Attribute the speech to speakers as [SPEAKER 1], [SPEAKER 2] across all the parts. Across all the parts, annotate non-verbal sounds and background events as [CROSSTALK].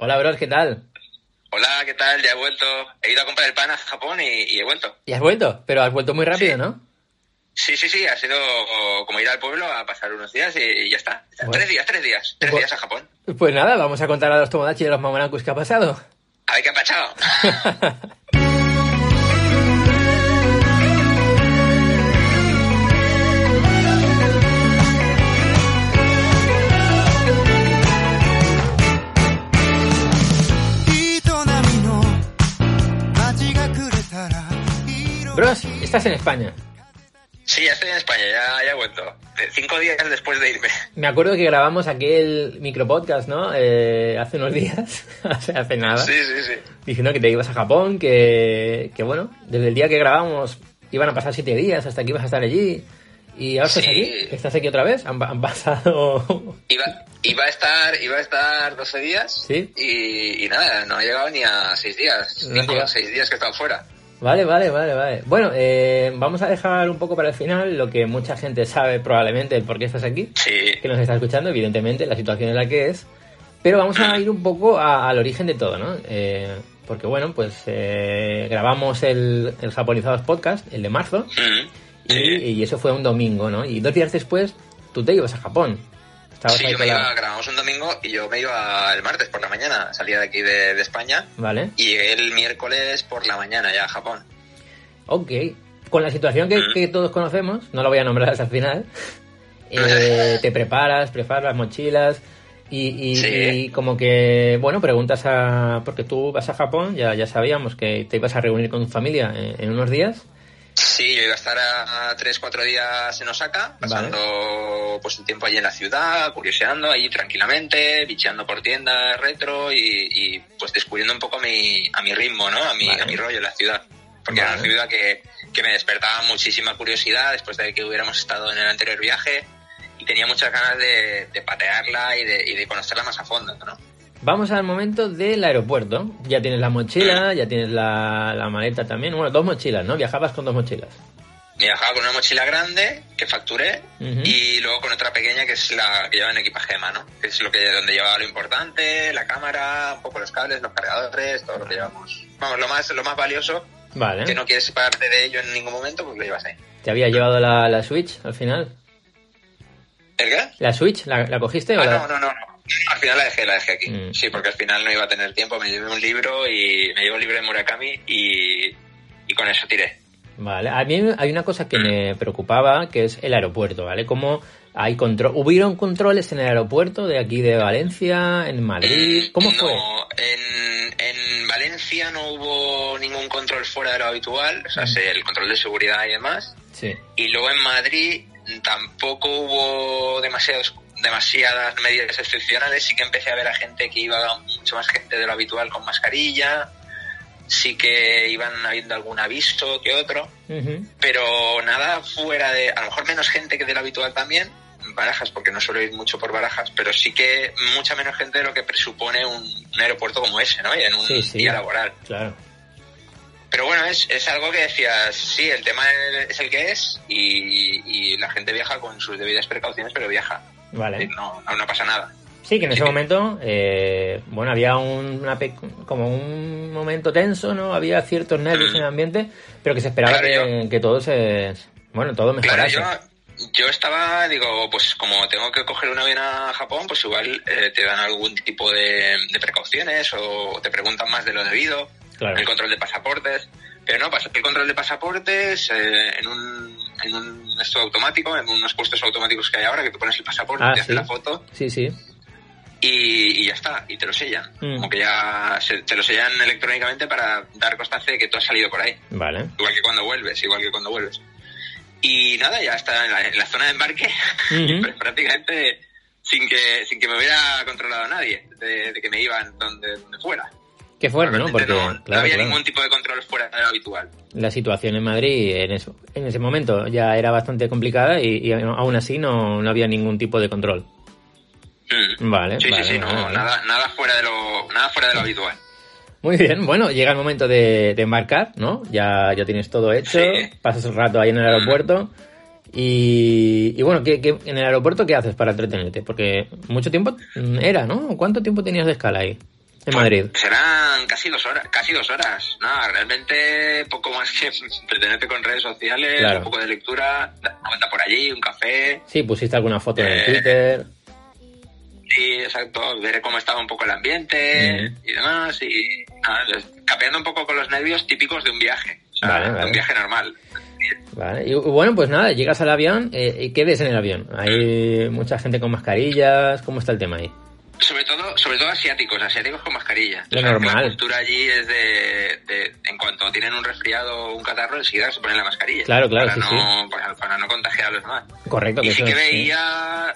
[SPEAKER 1] Hola, bros, ¿qué tal?
[SPEAKER 2] Hola, ¿qué tal? Ya he vuelto. He ido a comprar el pan a Japón y, y he vuelto.
[SPEAKER 1] ¿Y has vuelto? Pero has vuelto muy rápido,
[SPEAKER 2] Sí.
[SPEAKER 1] ¿no?
[SPEAKER 2] Sí, sí, sí, ha sido como ir al pueblo a pasar unos días y, y ya está.
[SPEAKER 1] Bueno.
[SPEAKER 2] Tres días, tres días. Tres
[SPEAKER 1] Bueno.
[SPEAKER 2] días a Japón.
[SPEAKER 1] Pues nada, vamos a contar a los Tomodachi y a los Mamanacus qué ha pasado.
[SPEAKER 2] A ver qué ha pachado.
[SPEAKER 1] Bros, estás en España.
[SPEAKER 2] Sí, ya estoy en España, ya, ya he vuelto. Eh, Cinco días después de irme.
[SPEAKER 1] Me acuerdo que grabamos aquel micropodcast, ¿no? Eh, hace unos [LAUGHS] días, o sea, hace nada,
[SPEAKER 2] Sí, sí, sí.
[SPEAKER 1] diciendo que te ibas a Japón, que, que bueno, desde el día que grabamos iban a pasar siete días hasta que ibas a estar allí. Y ahora estás
[SPEAKER 2] Sí.
[SPEAKER 1] aquí, estás aquí otra vez, han, pa- han pasado... [LAUGHS]
[SPEAKER 2] Iba, iba a estar, iba a estar 12 días
[SPEAKER 1] Sí.
[SPEAKER 2] y, y nada, no he llegado ni a seis días.
[SPEAKER 1] No has
[SPEAKER 2] Cinco
[SPEAKER 1] llegado.
[SPEAKER 2] o seis días que he estado fuera.
[SPEAKER 1] Vale, vale, vale, vale. Bueno, eh, vamos a dejar un poco para el final lo que mucha gente sabe probablemente el por qué estás aquí,
[SPEAKER 2] Sí,
[SPEAKER 1] que nos está escuchando, evidentemente, la situación en la que es. Pero vamos a ir un poco a- al origen de todo, ¿no? Eh, porque bueno, pues eh, grabamos el, el Japonizados Podcast, el de marzo,
[SPEAKER 2] Mm.
[SPEAKER 1] y, y eso fue un domingo, ¿no? Y dos días después tú te ibas a Japón. Estabas
[SPEAKER 2] Sí,
[SPEAKER 1] ahí
[SPEAKER 2] yo me
[SPEAKER 1] con la-
[SPEAKER 2] iba, grabamos un domingo y yo me iba el martes por la mañana. Salía de aquí de, de España
[SPEAKER 1] Vale,
[SPEAKER 2] y llegué el miércoles por la mañana ya a Japón.
[SPEAKER 1] ok. Con la situación que,
[SPEAKER 2] Mm.
[SPEAKER 1] que todos conocemos, no la voy a nombrar hasta el
[SPEAKER 2] [LAUGHS]
[SPEAKER 1] final, eh, te preparas, preparas las mochilas y, y-
[SPEAKER 2] Sí.
[SPEAKER 1] y como que, bueno, preguntas a... Porque tú vas a Japón, ya, ya sabíamos que te ibas a reunir con tu familia eh, en, en unos días.
[SPEAKER 2] Sí, yo iba a estar a, a tres, cuatro días en Osaka, pasando pues un tiempo allí en la ciudad, curioseando allí tranquilamente, bicheando por tiendas retro y, y, pues descubriendo un poco mi, a mi ritmo, ¿no? A mi,
[SPEAKER 1] Vale.
[SPEAKER 2] a mi rollo en la ciudad. Porque era una
[SPEAKER 1] Vale.
[SPEAKER 2] ciudad que, que me despertaba muchísima curiosidad después de que hubiéramos estado en el anterior viaje y tenía muchas ganas de, de patearla y de, y de conocerla más a fondo, ¿no?
[SPEAKER 1] Vamos al momento del aeropuerto. Ya tienes la mochila, ya tienes la, la maleta también. Bueno, dos mochilas, ¿no? Viajabas con dos mochilas.
[SPEAKER 2] Viajaba con una mochila grande que facturé
[SPEAKER 1] Ujú.
[SPEAKER 2] y luego con otra pequeña que es la que lleva en equipaje de mano, que es lo que donde llevaba lo importante, la cámara, un poco los cables, los cargadores, todo lo que llevamos. Vamos, lo más lo más valioso
[SPEAKER 1] Vale.
[SPEAKER 2] que no quieres separarte de ello en ningún momento, pues lo llevas ahí.
[SPEAKER 1] ¿Te había llevado la, la Switch al final?
[SPEAKER 2] ¿El qué?
[SPEAKER 1] ¿La Switch? ¿La, la cogiste o
[SPEAKER 2] Ah,
[SPEAKER 1] la-
[SPEAKER 2] no, no, no, no. Al final la dejé, la dejé aquí.
[SPEAKER 1] Mm.
[SPEAKER 2] Sí, porque al final no iba a tener tiempo. Me llevé un libro y me llevé un libro de Murakami y, y con eso tiré.
[SPEAKER 1] Vale, a mí hay una cosa que me preocupaba, que es el aeropuerto, ¿vale? Cómo hay control, hubieron controles en el aeropuerto de aquí de Valencia, en Madrid, ¿cómo
[SPEAKER 2] Eh, no,
[SPEAKER 1] fue?
[SPEAKER 2] En, en Valencia no hubo ningún control fuera de lo habitual, o sea,
[SPEAKER 1] Mm.
[SPEAKER 2] se- el control de seguridad y demás.
[SPEAKER 1] Sí,
[SPEAKER 2] Y luego en Madrid tampoco hubo demasiados, demasiadas medidas excepcionales, sí que empecé a ver a gente que iba, mucho más gente de lo habitual con mascarilla, sí que iban habiendo algún aviso que otro,
[SPEAKER 1] Ujú.
[SPEAKER 2] pero nada fuera de, a lo mejor menos gente que de lo habitual también, Barajas, porque no suelo ir mucho por Barajas, pero sí que mucha menos gente de lo que presupone un, un aeropuerto como ese, ¿no? Y en un
[SPEAKER 1] Sí, sí.
[SPEAKER 2] día laboral.
[SPEAKER 1] claro.
[SPEAKER 2] Pero bueno, es, es algo que decías, sí, el tema es el que es y, y la gente viaja con sus debidas precauciones, pero viaja.
[SPEAKER 1] Vale.
[SPEAKER 2] No, no, no pasa nada.
[SPEAKER 1] Sí, que en ese
[SPEAKER 2] Sí.
[SPEAKER 1] momento, eh, bueno, había un, una pe- como un momento tenso, ¿no? Había ciertos nervios en el ambiente, pero que se esperaba
[SPEAKER 2] Claro,
[SPEAKER 1] que, que todo se... Bueno, todo
[SPEAKER 2] Claro,
[SPEAKER 1] mejorase.
[SPEAKER 2] yo, yo estaba, digo, pues como tengo que coger un avión a Japón, pues igual eh, te dan algún tipo de, de precauciones o te preguntan más de lo debido,
[SPEAKER 1] Claro.
[SPEAKER 2] el control de pasaportes. Pero no, pasé el control de pasaportes eh, en, un, en un esto automático, en unos puestos automáticos que hay ahora, que tú pones el pasaporte,
[SPEAKER 1] Ah,
[SPEAKER 2] te haces
[SPEAKER 1] sí.
[SPEAKER 2] la foto
[SPEAKER 1] Sí, sí.
[SPEAKER 2] y, y ya está, y te lo sellan.
[SPEAKER 1] Mm.
[SPEAKER 2] Como que ya se- te lo sellan electrónicamente para dar constancia de que tú has salido por ahí
[SPEAKER 1] Vale.
[SPEAKER 2] igual que cuando vuelves, igual que cuando vuelves. Y nada, ya está en la, en la zona de embarque,
[SPEAKER 1] Ujú.
[SPEAKER 2] pues [LAUGHS] prácticamente sin que, sin que me hubiera controlado nadie, de, de que me iban donde, donde fuera.
[SPEAKER 1] Qué fuerte, ¿no? Porque
[SPEAKER 2] Realmente no,
[SPEAKER 1] claro,
[SPEAKER 2] no había
[SPEAKER 1] claro,
[SPEAKER 2] ningún tipo de control fuera de lo habitual.
[SPEAKER 1] la situación en Madrid en, eso, en ese momento ya era bastante complicada y, y aún así no, no había ningún tipo de control.
[SPEAKER 2] Mm.
[SPEAKER 1] Vale,
[SPEAKER 2] sí,
[SPEAKER 1] ¿Eh? vale,
[SPEAKER 2] sí, sí, no,
[SPEAKER 1] vale, vale.
[SPEAKER 2] nada, nada fuera de lo, nada fuera de lo habitual.
[SPEAKER 1] Muy bien, bueno, llega el momento de, de embarcar, ¿no? Ya, ya tienes todo hecho,
[SPEAKER 2] Sí.
[SPEAKER 1] pasas un rato ahí en el aeropuerto. Y, y bueno, ¿qué, qué- en el aeropuerto qué haces para entretenerte? Porque mucho tiempo mm, era, ¿no? ¿Cuánto tiempo tenías de escala ahí?
[SPEAKER 2] Pues
[SPEAKER 1] En Madrid.
[SPEAKER 2] Serán casi dos horas, casi dos horas. Nada, realmente poco más que [LAUGHS] entretenerte con redes sociales,
[SPEAKER 1] Claro.
[SPEAKER 2] un poco de lectura, dar una vuelta por allí, un café.
[SPEAKER 1] Sí, pusiste alguna foto en el
[SPEAKER 2] Eh,
[SPEAKER 1] Twitter.
[SPEAKER 2] Sí, exacto, ver cómo estaba un poco el ambiente
[SPEAKER 1] Ujú.
[SPEAKER 2] y demás, y nada, les- capeando un poco con los nervios típicos de un viaje, o sea,
[SPEAKER 1] Vale,
[SPEAKER 2] de
[SPEAKER 1] vale.
[SPEAKER 2] un viaje normal.
[SPEAKER 1] Vale. Y bueno, pues nada, llegas al avión eh, y ¿qué ves en el avión? Hay mucha gente con mascarillas. ¿Cómo está el tema ahí?
[SPEAKER 2] Sobre todo, sobre todo asiáticos, asiáticos con mascarilla.
[SPEAKER 1] Lo
[SPEAKER 2] O sea, que
[SPEAKER 1] normal.
[SPEAKER 2] La cultura allí es de, de- en cuanto tienen un resfriado o un catarro, enseguida se ponen la mascarilla.
[SPEAKER 1] Claro, claro,
[SPEAKER 2] para
[SPEAKER 1] sí,
[SPEAKER 2] no, Para, para no contagiar a los demás.
[SPEAKER 1] Correcto, que
[SPEAKER 2] Y sí
[SPEAKER 1] eso
[SPEAKER 2] que
[SPEAKER 1] es- sí.
[SPEAKER 2] veía,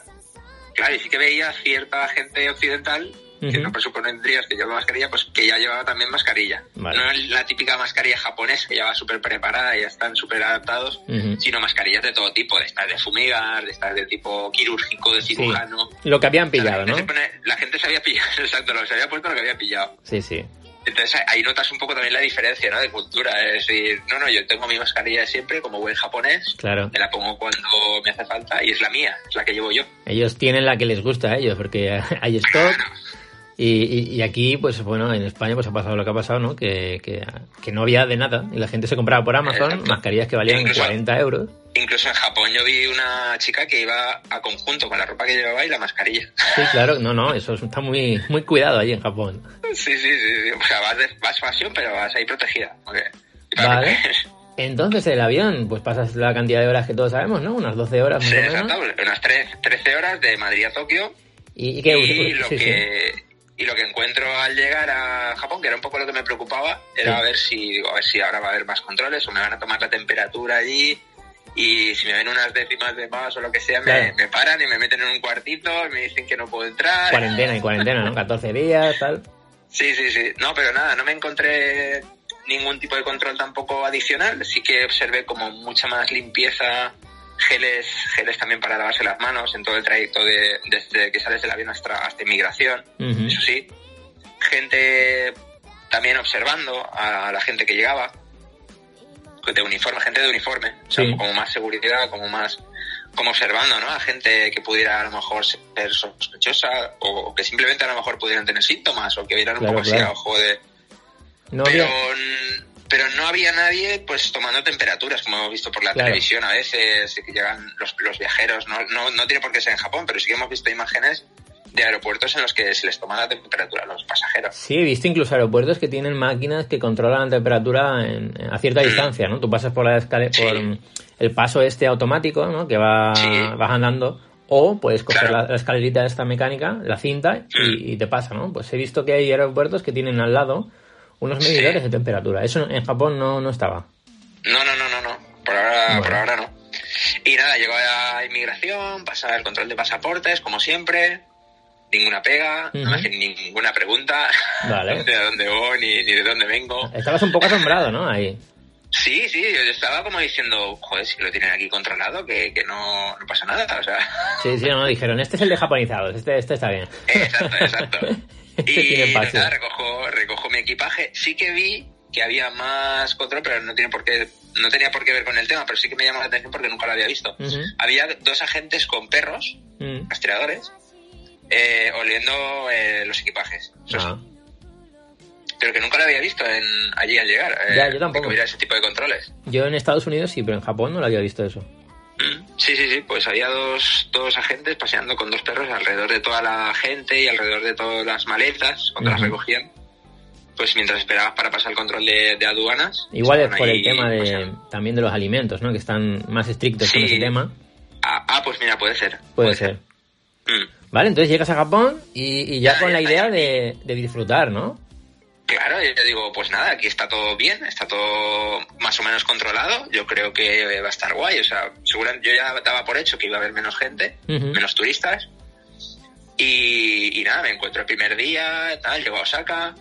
[SPEAKER 2] claro, y sí que veía cierta gente occidental que
[SPEAKER 1] Ujú.
[SPEAKER 2] no presupondrías que llevaba mascarilla, pues que ya llevaba también mascarilla.
[SPEAKER 1] Vale.
[SPEAKER 2] No es la típica mascarilla japonesa que ya va súper preparada y ya están súper adaptados,
[SPEAKER 1] Ujú.
[SPEAKER 2] sino mascarillas de todo tipo, de estas de fumigar, de estas de tipo quirúrgico, de
[SPEAKER 1] Sí.
[SPEAKER 2] cirujano.
[SPEAKER 1] Lo que habían
[SPEAKER 2] O sea,
[SPEAKER 1] pillado,
[SPEAKER 2] la, gente
[SPEAKER 1] ¿no?
[SPEAKER 2] se pone- la gente se había pillado, [LAUGHS] exacto, lo- se había puesto lo que había pillado.
[SPEAKER 1] Sí, sí.
[SPEAKER 2] Entonces ahí notas un poco también la diferencia ¿no? de cultura. ¿eh? Es decir, no, no, yo tengo mi mascarilla de siempre como buen japonés,
[SPEAKER 1] Claro.
[SPEAKER 2] me la pongo cuando me hace falta y es la mía, es la que llevo yo.
[SPEAKER 1] Ellos tienen la que les gusta a ellos, porque [LAUGHS] hay stock. Y, y- y aquí, pues bueno, en España pues ha pasado lo que ha pasado, ¿no? Que, que, que no había de nada. Y la gente se compraba por Amazon
[SPEAKER 2] Exacto.
[SPEAKER 1] mascarillas que valían
[SPEAKER 2] Incluso-
[SPEAKER 1] 40 euros.
[SPEAKER 2] Incluso en Japón yo vi una chica que iba a conjunto con la ropa que llevaba y la mascarilla. [LAUGHS]
[SPEAKER 1] Sí, claro, no, no, eso está muy, muy cuidado allí en Japón.
[SPEAKER 2] Sí, sí, sí. sí. O sea, vas, de, vas fashion, pero vas ahí protegida. ok. Y para
[SPEAKER 1] Vale.
[SPEAKER 2] proteger- [LAUGHS]
[SPEAKER 1] Entonces el avión, pues pasas la cantidad de horas que todos sabemos, ¿no? Unas 12 horas más
[SPEAKER 2] Sí,
[SPEAKER 1] o menos.
[SPEAKER 2] exacto. Unas tres- 13 horas de Madrid a Tokio.
[SPEAKER 1] Y, y que-
[SPEAKER 2] Y lo,
[SPEAKER 1] sí, sí.
[SPEAKER 2] que, y lo que encuentro al llegar a Japón, que era un poco lo que me preocupaba, era
[SPEAKER 1] Sí.
[SPEAKER 2] a ver si digo, a ver si ahora va a haber más controles o me van a tomar la temperatura allí y si me ven unas décimas de más o lo que sea, me-
[SPEAKER 1] Claro.
[SPEAKER 2] me, paran y me meten en un cuartito y me dicen que no puedo entrar.
[SPEAKER 1] Cuarentena y cuarentena, ¿no? 14 días, tal.
[SPEAKER 2] Sí, sí, sí. No, pero nada, no me encontré ningún tipo de control tampoco adicional. Sí que observé como mucha más limpieza, geles, geles también para lavarse las manos en todo el trayecto de, desde que sales del avión hasta, hasta inmigración.
[SPEAKER 1] Ujú.
[SPEAKER 2] Eso sí, gente también observando a la gente que llegaba de uniforme, gente de uniforme, o sea,
[SPEAKER 1] Sí.
[SPEAKER 2] como más seguridad, como más como observando, ¿no? A gente que pudiera a lo mejor ser sospechosa o que simplemente a lo mejor pudieran tener síntomas o que vieran un
[SPEAKER 1] Claro,
[SPEAKER 2] poco así
[SPEAKER 1] claro.
[SPEAKER 2] a ojo de
[SPEAKER 1] No
[SPEAKER 2] pero,
[SPEAKER 1] había-
[SPEAKER 2] n- pero no había nadie pues tomando temperaturas, como hemos visto por la
[SPEAKER 1] Claro.
[SPEAKER 2] televisión a veces, que llegan los, los viajeros, no, no, no tiene por qué ser en Japón, pero sí que hemos visto imágenes de aeropuertos en los que se les toma la temperatura a los pasajeros.
[SPEAKER 1] Sí, he visto incluso aeropuertos que tienen máquinas que controlan la temperatura en- en- a cierta distancia, ¿no? Tú pasas por la escalera,
[SPEAKER 2] Mm. Sí.
[SPEAKER 1] por el paso este automático, ¿no? Que va,
[SPEAKER 2] Sí.
[SPEAKER 1] vas andando. O puedes coger
[SPEAKER 2] Claro.
[SPEAKER 1] la, la escalerita esta mecánica, la cinta, y, y te pasa, ¿no? Pues he visto que hay aeropuertos que tienen al lado unos
[SPEAKER 2] Sí.
[SPEAKER 1] medidores de temperatura. Eso en Japón no, no estaba.
[SPEAKER 2] No, no, no, no, no. Por ahora,
[SPEAKER 1] Bueno.
[SPEAKER 2] por ahora no. Y nada, llegó la inmigración, pasa el control de pasaportes, como siempre. Ninguna pega, no
[SPEAKER 1] Ujú.
[SPEAKER 2] me hacen ninguna pregunta
[SPEAKER 1] Vale.
[SPEAKER 2] [LAUGHS] de dónde voy ni, ni de dónde
[SPEAKER 1] [LAUGHS]
[SPEAKER 2] vengo.
[SPEAKER 1] Estabas un poco asombrado, ¿no? Ahí.
[SPEAKER 2] Sí, sí, yo estaba como diciendo, joder, si lo tienen aquí controlado, que, que no, no pasa nada, o sea. [LAUGHS]
[SPEAKER 1] Sí, sí, no, dijeron, este es el de japonizados, este, este está bien. [LAUGHS]
[SPEAKER 2] Exacto, exacto.
[SPEAKER 1] Este tiene
[SPEAKER 2] Y
[SPEAKER 1] pase.
[SPEAKER 2] nada, recojo, recojo mi equipaje. Sí que vi que había más control, pero no tiene por qué, no tenía por qué ver con el tema, pero sí que me llamó la atención porque nunca lo había visto.
[SPEAKER 1] Ujú.
[SPEAKER 2] Había dos agentes con perros,
[SPEAKER 1] Mm.
[SPEAKER 2] rastreadores, eh, oliendo eh, los equipajes. Eso
[SPEAKER 1] Ah.
[SPEAKER 2] sí. Pero que nunca lo había visto en, allí al llegar. eh,
[SPEAKER 1] Ya, yo tampoco.
[SPEAKER 2] Que hubiera ese tipo de controles.
[SPEAKER 1] Yo en Estados Unidos sí, pero en Japón no lo había visto eso.
[SPEAKER 2] Mm, Sí, sí, sí, pues había dos, dos agentes paseando con dos perros alrededor de toda la gente y alrededor de todas las maletas cuando las
[SPEAKER 1] Ujú.
[SPEAKER 2] recogían. Pues mientras esperabas para pasar el control de, de aduanas.
[SPEAKER 1] Igual es
[SPEAKER 2] estaban
[SPEAKER 1] por el
[SPEAKER 2] ahí
[SPEAKER 1] tema de,
[SPEAKER 2] paseando.
[SPEAKER 1] también de los alimentos, ¿no? Que están más estrictos con
[SPEAKER 2] Sí.
[SPEAKER 1] ese tema.
[SPEAKER 2] Ah, ah, pues mira, puede ser.
[SPEAKER 1] Puede ser.
[SPEAKER 2] Mm,
[SPEAKER 1] Vale, entonces llegas a Japón y, y ya
[SPEAKER 2] Ya,
[SPEAKER 1] con la
[SPEAKER 2] Ah, ya,
[SPEAKER 1] idea
[SPEAKER 2] ya.
[SPEAKER 1] de, de disfrutar, ¿no?
[SPEAKER 2] Claro, yo digo, pues nada, aquí está todo bien, está todo más o menos controlado. Yo creo que va a estar guay. O sea, seguramente yo ya daba por hecho que iba a haber menos gente,
[SPEAKER 1] Ujú.
[SPEAKER 2] menos turistas. Y, y nada, me encuentro el primer día, tal, llego a Osaka,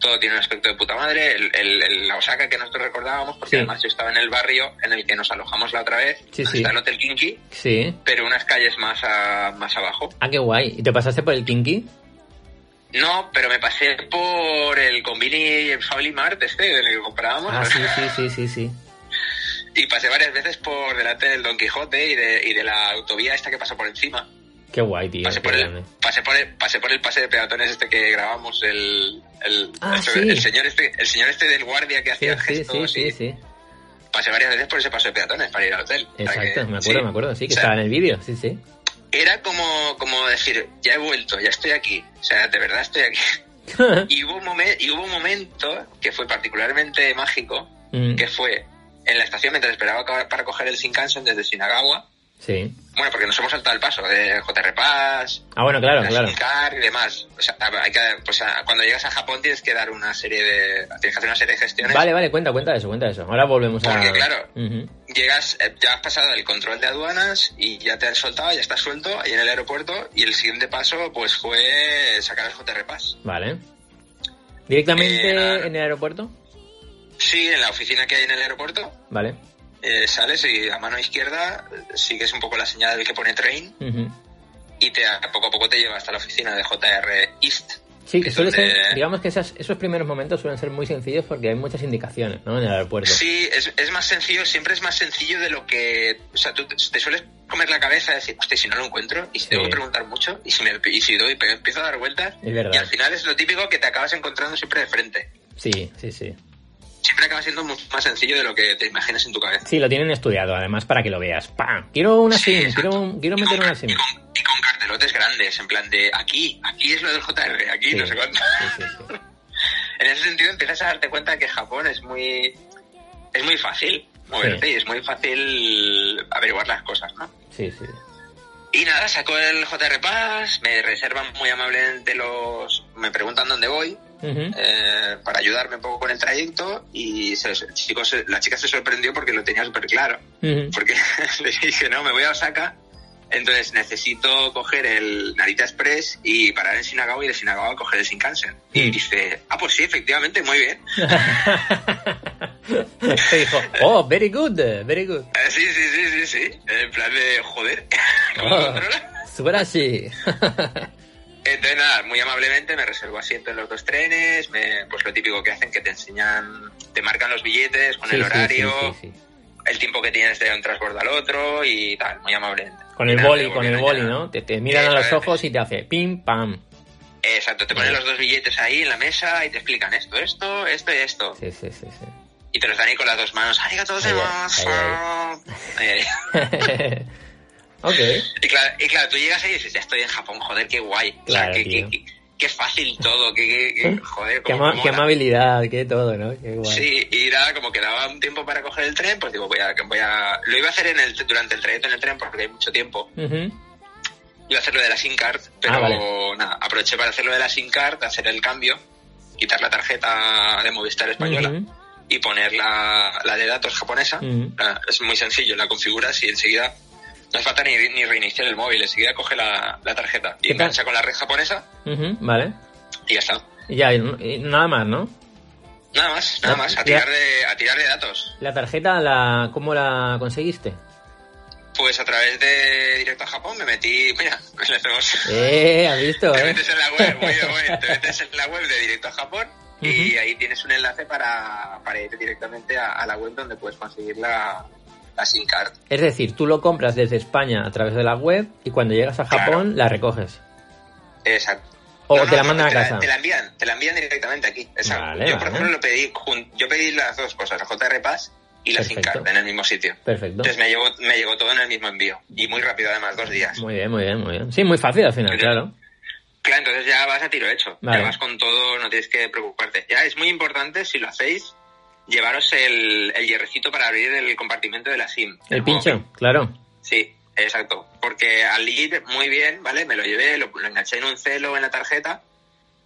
[SPEAKER 2] todo tiene un aspecto de puta madre. El, el- el- la Osaka que nosotros recordábamos, porque
[SPEAKER 1] Sí.
[SPEAKER 2] además yo estaba en el barrio en el que nos alojamos la otra vez,
[SPEAKER 1] Sí,
[SPEAKER 2] donde
[SPEAKER 1] sí.
[SPEAKER 2] está el Hotel Kinki,
[SPEAKER 1] Sí.
[SPEAKER 2] pero unas calles más, a- más abajo.
[SPEAKER 1] Ah, qué guay. ¿Y te pasaste por el Kinky?
[SPEAKER 2] No, pero me pasé por el Combini y el Family Mart este, en el que comprábamos.
[SPEAKER 1] Ah, sí, sí, sí, sí, sí.
[SPEAKER 2] Y pasé varias veces por delante del Don Quijote y de, y de la autovía esta que pasa por encima.
[SPEAKER 1] Qué guay, tío.
[SPEAKER 2] Pasé
[SPEAKER 1] qué
[SPEAKER 2] por, el,
[SPEAKER 1] grande.
[SPEAKER 2] pasé, por el, pasé por el pase de peatones este que grabamos, el, el,
[SPEAKER 1] Ah,
[SPEAKER 2] eso,
[SPEAKER 1] sí.
[SPEAKER 2] el señor este, el señor este del guardia que
[SPEAKER 1] Sí,
[SPEAKER 2] hacía
[SPEAKER 1] sí, sí,
[SPEAKER 2] gestos
[SPEAKER 1] sí,
[SPEAKER 2] y
[SPEAKER 1] sí.
[SPEAKER 2] pasé varias veces por ese paso de peatones para ir al hotel. O sea
[SPEAKER 1] Exacto,
[SPEAKER 2] que-
[SPEAKER 1] me acuerdo,
[SPEAKER 2] sí.
[SPEAKER 1] me acuerdo. Sí, que
[SPEAKER 2] O sea,
[SPEAKER 1] estaba en el vídeo. Sí, sí. [LAUGHS]
[SPEAKER 2] Era como, como decir, ya he vuelto, ya estoy aquí. O sea, de verdad estoy aquí. [LAUGHS] Y hubo un, momen- y hubo un momento que fue particularmente mágico,
[SPEAKER 1] Mm,
[SPEAKER 2] que fue en la estación mientras esperaba ca- para coger el Shinkansen desde Shinagawa.
[SPEAKER 1] Sí.
[SPEAKER 2] Bueno, porque nos hemos saltado el paso de JR Pass,
[SPEAKER 1] Ah, bueno, claro,
[SPEAKER 2] la
[SPEAKER 1] claro.
[SPEAKER 2] Shincar y demás. O sea, hay que, pues, a- cuando llegas a Japón tienes que dar una serie de, tienes que hacer una serie de gestiones.
[SPEAKER 1] Vale, vale, cuenta, cuenta eso, cuenta eso. Ahora volvemos a...
[SPEAKER 2] Porque, claro.
[SPEAKER 1] Ujú.
[SPEAKER 2] Llegas, eh, ya has pasado el control de aduanas y ya te han soltado, ya estás suelto ahí en el aeropuerto y el siguiente paso pues fue sacar el JR Pass.
[SPEAKER 1] Vale. ¿Directamente
[SPEAKER 2] Eh, nada.
[SPEAKER 1] en el aeropuerto?
[SPEAKER 2] Sí, en la oficina que hay en el aeropuerto
[SPEAKER 1] Vale.
[SPEAKER 2] eh, sales y a mano izquierda eh, sigues un poco la señal del que pone train
[SPEAKER 1] Ujú.
[SPEAKER 2] y te, a poco a poco te lleva hasta la oficina de JR East.
[SPEAKER 1] Sí, que
[SPEAKER 2] Es
[SPEAKER 1] suele
[SPEAKER 2] donde-
[SPEAKER 1] ser, digamos que esas- esos primeros momentos suelen ser muy sencillos porque hay muchas indicaciones, ¿no? En el aeropuerto.
[SPEAKER 2] Sí, es, es más sencillo, siempre es más sencillo de lo que... O sea, tú te, te sueles comer la cabeza y decir, hostia, ¿y si no lo encuentro, y si
[SPEAKER 1] Sí.
[SPEAKER 2] tengo que preguntar mucho, y si, me, y si doy, pero empiezo a dar vueltas,
[SPEAKER 1] Es verdad.
[SPEAKER 2] y al final es lo típico que te acabas encontrando siempre de frente.
[SPEAKER 1] Sí, sí, sí.
[SPEAKER 2] Siempre acaba siendo mucho más sencillo de lo que te imaginas en tu cabeza.
[SPEAKER 1] Sí, lo tienen estudiado, además, para que lo veas. ¡Pam! Quiero una
[SPEAKER 2] Sí,
[SPEAKER 1] SIM,
[SPEAKER 2] exacto.
[SPEAKER 1] quiero, un- quiero
[SPEAKER 2] Y con-
[SPEAKER 1] meter una SIM.
[SPEAKER 2] Y con, y con cartelotes grandes, en plan de aquí, aquí es lo del JR, aquí
[SPEAKER 1] Sí,
[SPEAKER 2] no sé cuánto. [LAUGHS]
[SPEAKER 1] sí, sí, sí.
[SPEAKER 2] En ese sentido empiezas a darte cuenta que Japón es muy, es muy fácil moverte
[SPEAKER 1] Sí.
[SPEAKER 2] y es muy fácil averiguar las cosas, ¿no?
[SPEAKER 1] Sí, sí.
[SPEAKER 2] Y nada, saco el JR Pass, me reservan muy amablemente los... Me preguntan dónde voy
[SPEAKER 1] Ujú.
[SPEAKER 2] eh, para ayudarme un poco con el trayecto y se- el chico se- la chica se sorprendió porque lo tenía súper claro.
[SPEAKER 1] Ujú.
[SPEAKER 2] Porque [LAUGHS] le dije, no, me voy a Osaka, entonces necesito coger el Narita Express y parar en Shinagawa y de Shinagawa coger el Shinkansen. Y
[SPEAKER 1] Mm.
[SPEAKER 2] dice, ah, pues sí, efectivamente, muy bien. [LAUGHS]
[SPEAKER 1] Te [LAUGHS] dijo, oh, very good, very good.
[SPEAKER 2] Eh, sí, sí, sí, sí, sí. En plan de, joder, [LAUGHS] ¿cómo
[SPEAKER 1] Oh,
[SPEAKER 2] controla?
[SPEAKER 1] Subarashi.
[SPEAKER 2] Entonces, nada, muy amablemente me reservo asiento en los dos trenes, me- pues lo típico que hacen, que te enseñan, te marcan los billetes con
[SPEAKER 1] Sí,
[SPEAKER 2] el
[SPEAKER 1] sí, sí,
[SPEAKER 2] horario,
[SPEAKER 1] sí, sí.
[SPEAKER 2] el tiempo que tienes de un transbordo al otro y tal, muy amablemente.
[SPEAKER 1] Con
[SPEAKER 2] Y
[SPEAKER 1] el
[SPEAKER 2] nada,
[SPEAKER 1] boli,
[SPEAKER 2] me
[SPEAKER 1] con el
[SPEAKER 2] volvieron
[SPEAKER 1] boli,
[SPEAKER 2] ya-
[SPEAKER 1] ¿no? Te, te miran a los ojos y te hace pim, pam.
[SPEAKER 2] Exacto, te ponen los dos billetes ahí en la mesa y te explican esto, esto, esto y esto.
[SPEAKER 1] Sí, sí, sí, sí. [LAUGHS]
[SPEAKER 2] Y te los dan ahí con las dos manos. ¡Arigato
[SPEAKER 1] Ahí, ahí,
[SPEAKER 2] gozaimasu". Ahí, ahí.
[SPEAKER 1] ok.
[SPEAKER 2] [LAUGHS] Y claro, y claro, tú llegas ahí y dices, ya estoy en Japón, joder, qué guay.
[SPEAKER 1] Claro,
[SPEAKER 2] o sea, qué,
[SPEAKER 1] tío.
[SPEAKER 2] qué- qué- qué fácil todo, qué, qué- qué- joder,
[SPEAKER 1] Qué,
[SPEAKER 2] cómo-
[SPEAKER 1] ama-
[SPEAKER 2] cómo
[SPEAKER 1] qué
[SPEAKER 2] mola.
[SPEAKER 1] amabilidad, qué todo, ¿no? Qué guay.
[SPEAKER 2] Sí, y nada, como quedaba un tiempo para coger el tren, pues digo, voy a, voy a... Lo iba a hacer en el, durante el trayecto en el tren porque hay mucho tiempo.
[SPEAKER 1] Ujú.
[SPEAKER 2] Iba a hacerlo de la SIM card, pero
[SPEAKER 1] Ah, vale.
[SPEAKER 2] nada, aproveché para hacerlo de la SIM card, hacer el cambio, quitar la tarjeta de Movistar española
[SPEAKER 1] Ujú. Mm.
[SPEAKER 2] y poner la, la de datos japonesa.
[SPEAKER 1] Ujú.
[SPEAKER 2] Ah, Es muy sencillo, la configuras y enseguida... No hace falta ni, ni reiniciar el móvil, enseguida coge la, la tarjeta y
[SPEAKER 1] ¿Qué tal?
[SPEAKER 2] engancha con la red japonesa
[SPEAKER 1] Ujú, Vale.
[SPEAKER 2] y ya está.
[SPEAKER 1] Y ya, y n- y nada más, ¿no?
[SPEAKER 2] Nada más, nada
[SPEAKER 1] Ah,
[SPEAKER 2] más, a
[SPEAKER 1] ya.
[SPEAKER 2] tirar de, a tirar de datos.
[SPEAKER 1] La tarjeta, la ¿cómo la conseguiste?
[SPEAKER 2] Pues a través de Directo a Japón me metí, mira, le hacemos-
[SPEAKER 1] Eh, ¿has visto?
[SPEAKER 2] te
[SPEAKER 1] eh?
[SPEAKER 2] metes en la web, oye, oye,
[SPEAKER 1] [LAUGHS]
[SPEAKER 2] te metes en la web de Directo a Japón y
[SPEAKER 1] Ujú.
[SPEAKER 2] ahí tienes un enlace para, para ir directamente a, a la web donde puedes conseguir la, la SIM card.
[SPEAKER 1] Es decir, tú lo compras desde España a través de la web y cuando llegas a Japón la recoges.
[SPEAKER 2] Exacto.
[SPEAKER 1] O te la mandan
[SPEAKER 2] mandan
[SPEAKER 1] a casa.
[SPEAKER 2] Te la envían, te la envían directamente aquí. Exacto.
[SPEAKER 1] Vale,
[SPEAKER 2] yo,
[SPEAKER 1] vale.
[SPEAKER 2] por ejemplo, lo pedí, jun- yo pedí las dos cosas, la JR Pass y la SIM
[SPEAKER 1] Perfecto.
[SPEAKER 2] card en el mismo sitio.
[SPEAKER 1] Perfecto.
[SPEAKER 2] Entonces me llegó, me llegó todo en el mismo envío y muy rápido además, dos días.
[SPEAKER 1] Muy bien, muy bien, muy bien. Sí, muy fácil al final,
[SPEAKER 2] Sí.
[SPEAKER 1] claro.
[SPEAKER 2] Claro, entonces ya vas a tiro hecho.
[SPEAKER 1] Vale.
[SPEAKER 2] Ya vas con todo, no tienes que preocuparte. Ya es muy importante, si lo hacéis, llevaros el, el hierrecito para abrir el compartimento de la SIM.
[SPEAKER 1] El pincho, claro.
[SPEAKER 2] Sí, exacto. Porque al ir muy bien, ¿vale? Me lo llevé, lo, lo enganché en un celo en la tarjeta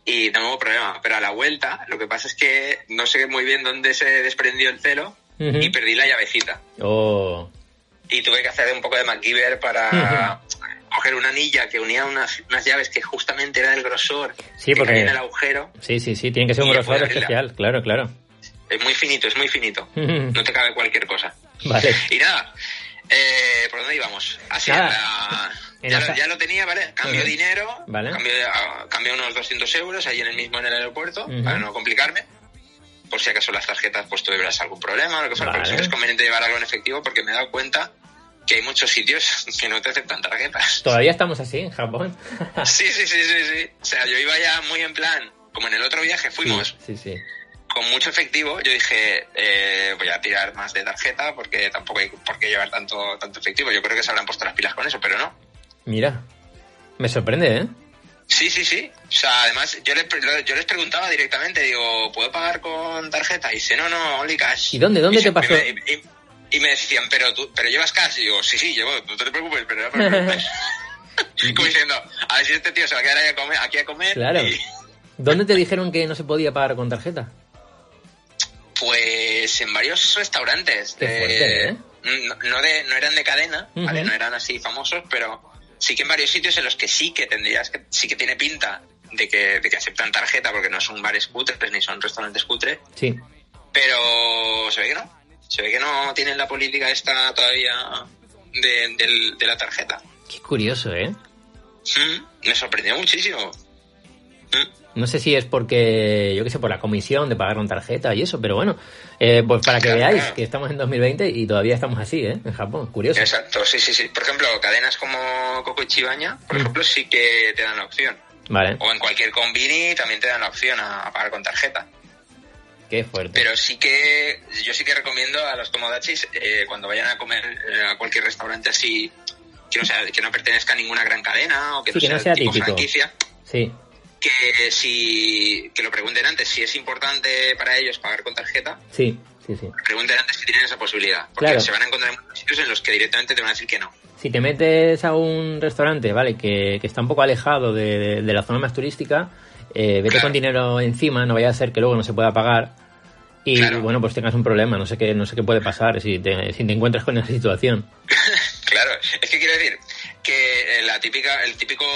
[SPEAKER 2] y no hubo problema. Pero a la vuelta, lo que pasa es que no sé muy bien dónde se desprendió el celo
[SPEAKER 1] Ujú.
[SPEAKER 2] y perdí la llavecita.
[SPEAKER 1] Oh,
[SPEAKER 2] y tuve que hacer un poco de
[SPEAKER 1] [LAUGHS]
[SPEAKER 2] MacGyver para coger una anilla que unía unas, unas llaves que justamente era del grosor
[SPEAKER 1] Sí,
[SPEAKER 2] que
[SPEAKER 1] porque-
[SPEAKER 2] caía en el agujero.
[SPEAKER 1] Sí, sí, sí, tiene que ser un
[SPEAKER 2] Y ya
[SPEAKER 1] grosor
[SPEAKER 2] puede abrirla.
[SPEAKER 1] especial, claro, claro.
[SPEAKER 2] Es muy finito, es muy finito. No te cabe cualquier cosa.
[SPEAKER 1] [LAUGHS] Vale.
[SPEAKER 2] Y nada, eh, ¿por dónde íbamos? Así,
[SPEAKER 1] Nada. En
[SPEAKER 2] ya,
[SPEAKER 1] la-
[SPEAKER 2] lo, ya lo tenía, ¿vale? Cambié
[SPEAKER 1] Ujú.
[SPEAKER 2] dinero,
[SPEAKER 1] Vale.
[SPEAKER 2] cambié, a- cambié unos 200 euros allí en el mismo en el aeropuerto,
[SPEAKER 1] Ujú.
[SPEAKER 2] para no complicarme. Por si acaso las tarjetas, pues tuvieras algún problema o lo que fuera,
[SPEAKER 1] Vale.
[SPEAKER 2] pero siempre es conveniente llevar algo en efectivo porque me he dado cuenta que hay muchos sitios [LAUGHS] que no te aceptan tarjetas.
[SPEAKER 1] Todavía estamos así en Japón.
[SPEAKER 2] Sí, sí, sí, sí, sí. O sea, yo iba ya muy en plan, como en el otro viaje fuimos,
[SPEAKER 1] Sí, sí.
[SPEAKER 2] con mucho efectivo, yo dije, eh, voy a tirar más de tarjeta porque tampoco hay por qué llevar tanto, tanto efectivo. Yo creo que se habrán puesto las pilas con eso, pero no.
[SPEAKER 1] Mira, me sorprende, ¿eh?
[SPEAKER 2] Sí, sí, sí. O sea, además, yo les, pre- lo- yo les preguntaba directamente, digo, ¿puedo pagar con tarjeta? Y dice, no, no, only cash.
[SPEAKER 1] ¿Y dónde- dónde te
[SPEAKER 2] se-
[SPEAKER 1] pasó?
[SPEAKER 2] Y me, y- y- y me decían, ¿pero tú pero llevas cash? Y digo, sí, sí, llevo, no te preocupes, pero
[SPEAKER 1] [LAUGHS]
[SPEAKER 2] no me preocupes". [LAUGHS] Como diciendo, a ver si este tío se va a quedar ahí a comer, aquí a comer.
[SPEAKER 1] Claro.
[SPEAKER 2] y-
[SPEAKER 1] ¿Dónde te dijeron que no se podía pagar con tarjeta?
[SPEAKER 2] Pues en varios restaurantes.
[SPEAKER 1] Qué
[SPEAKER 2] de- Mm,
[SPEAKER 1] fuerte, ¿eh?
[SPEAKER 2] no, no de, no eran de cadena, ¿vale?
[SPEAKER 1] Ujú.
[SPEAKER 2] No eran así famosos, pero sí que en varios sitios en los que sí que tendrías, que, sí que tiene pinta de que, de que aceptan tarjeta, porque no son bares cutres ni son restaurantes cutres,
[SPEAKER 1] Sí.
[SPEAKER 2] pero se ve que no. Se ve que no tienen la política esta todavía de, del- de la tarjeta.
[SPEAKER 1] Qué curioso, ¿eh?
[SPEAKER 2] Mm, me sorprendió muchísimo. Mm.
[SPEAKER 1] No sé si es porque, yo qué sé, por la comisión de pagar con tarjeta y eso, pero bueno, eh, pues para que
[SPEAKER 2] Claro.
[SPEAKER 1] veáis que estamos en 2020 y todavía estamos así, ¿eh? En Japón, curioso.
[SPEAKER 2] Exacto, sí, sí, sí. Por ejemplo, cadenas como Coco y Chibaña, por
[SPEAKER 1] Mm.
[SPEAKER 2] ejemplo, sí que te dan la opción.
[SPEAKER 1] Vale,
[SPEAKER 2] O en cualquier combini también te dan la opción a, a pagar con tarjeta.
[SPEAKER 1] qué fuerte.
[SPEAKER 2] Pero sí que yo sí que recomiendo a los tomodachis eh, cuando vayan a comer eh, a cualquier restaurante así que no, sea, que no pertenezca a ninguna gran cadena o que,
[SPEAKER 1] Sí,
[SPEAKER 2] no, sea tipo
[SPEAKER 1] típico.
[SPEAKER 2] franquicia,
[SPEAKER 1] Sí,
[SPEAKER 2] que eh, si que lo pregunten antes si es importante para ellos pagar con tarjeta,
[SPEAKER 1] sí, sí, sí.
[SPEAKER 2] pregunten antes si tienen esa posibilidad, porque
[SPEAKER 1] Claro.
[SPEAKER 2] se van a encontrar en muchos sitios en los que directamente te van a decir que no.
[SPEAKER 1] Si te metes a un restaurante, ¿vale? Que, que está un poco alejado de, de- de la zona más turística, eh, vete
[SPEAKER 2] Claro.
[SPEAKER 1] con dinero encima, no vaya a ser que luego no se pueda pagar. Y
[SPEAKER 2] Claro.
[SPEAKER 1] bueno, pues tengas un problema, no sé qué, no sé qué puede pasar si te, si te encuentras con esa situación.
[SPEAKER 2] Claro, es que quiero decir que eh, la típica, el típico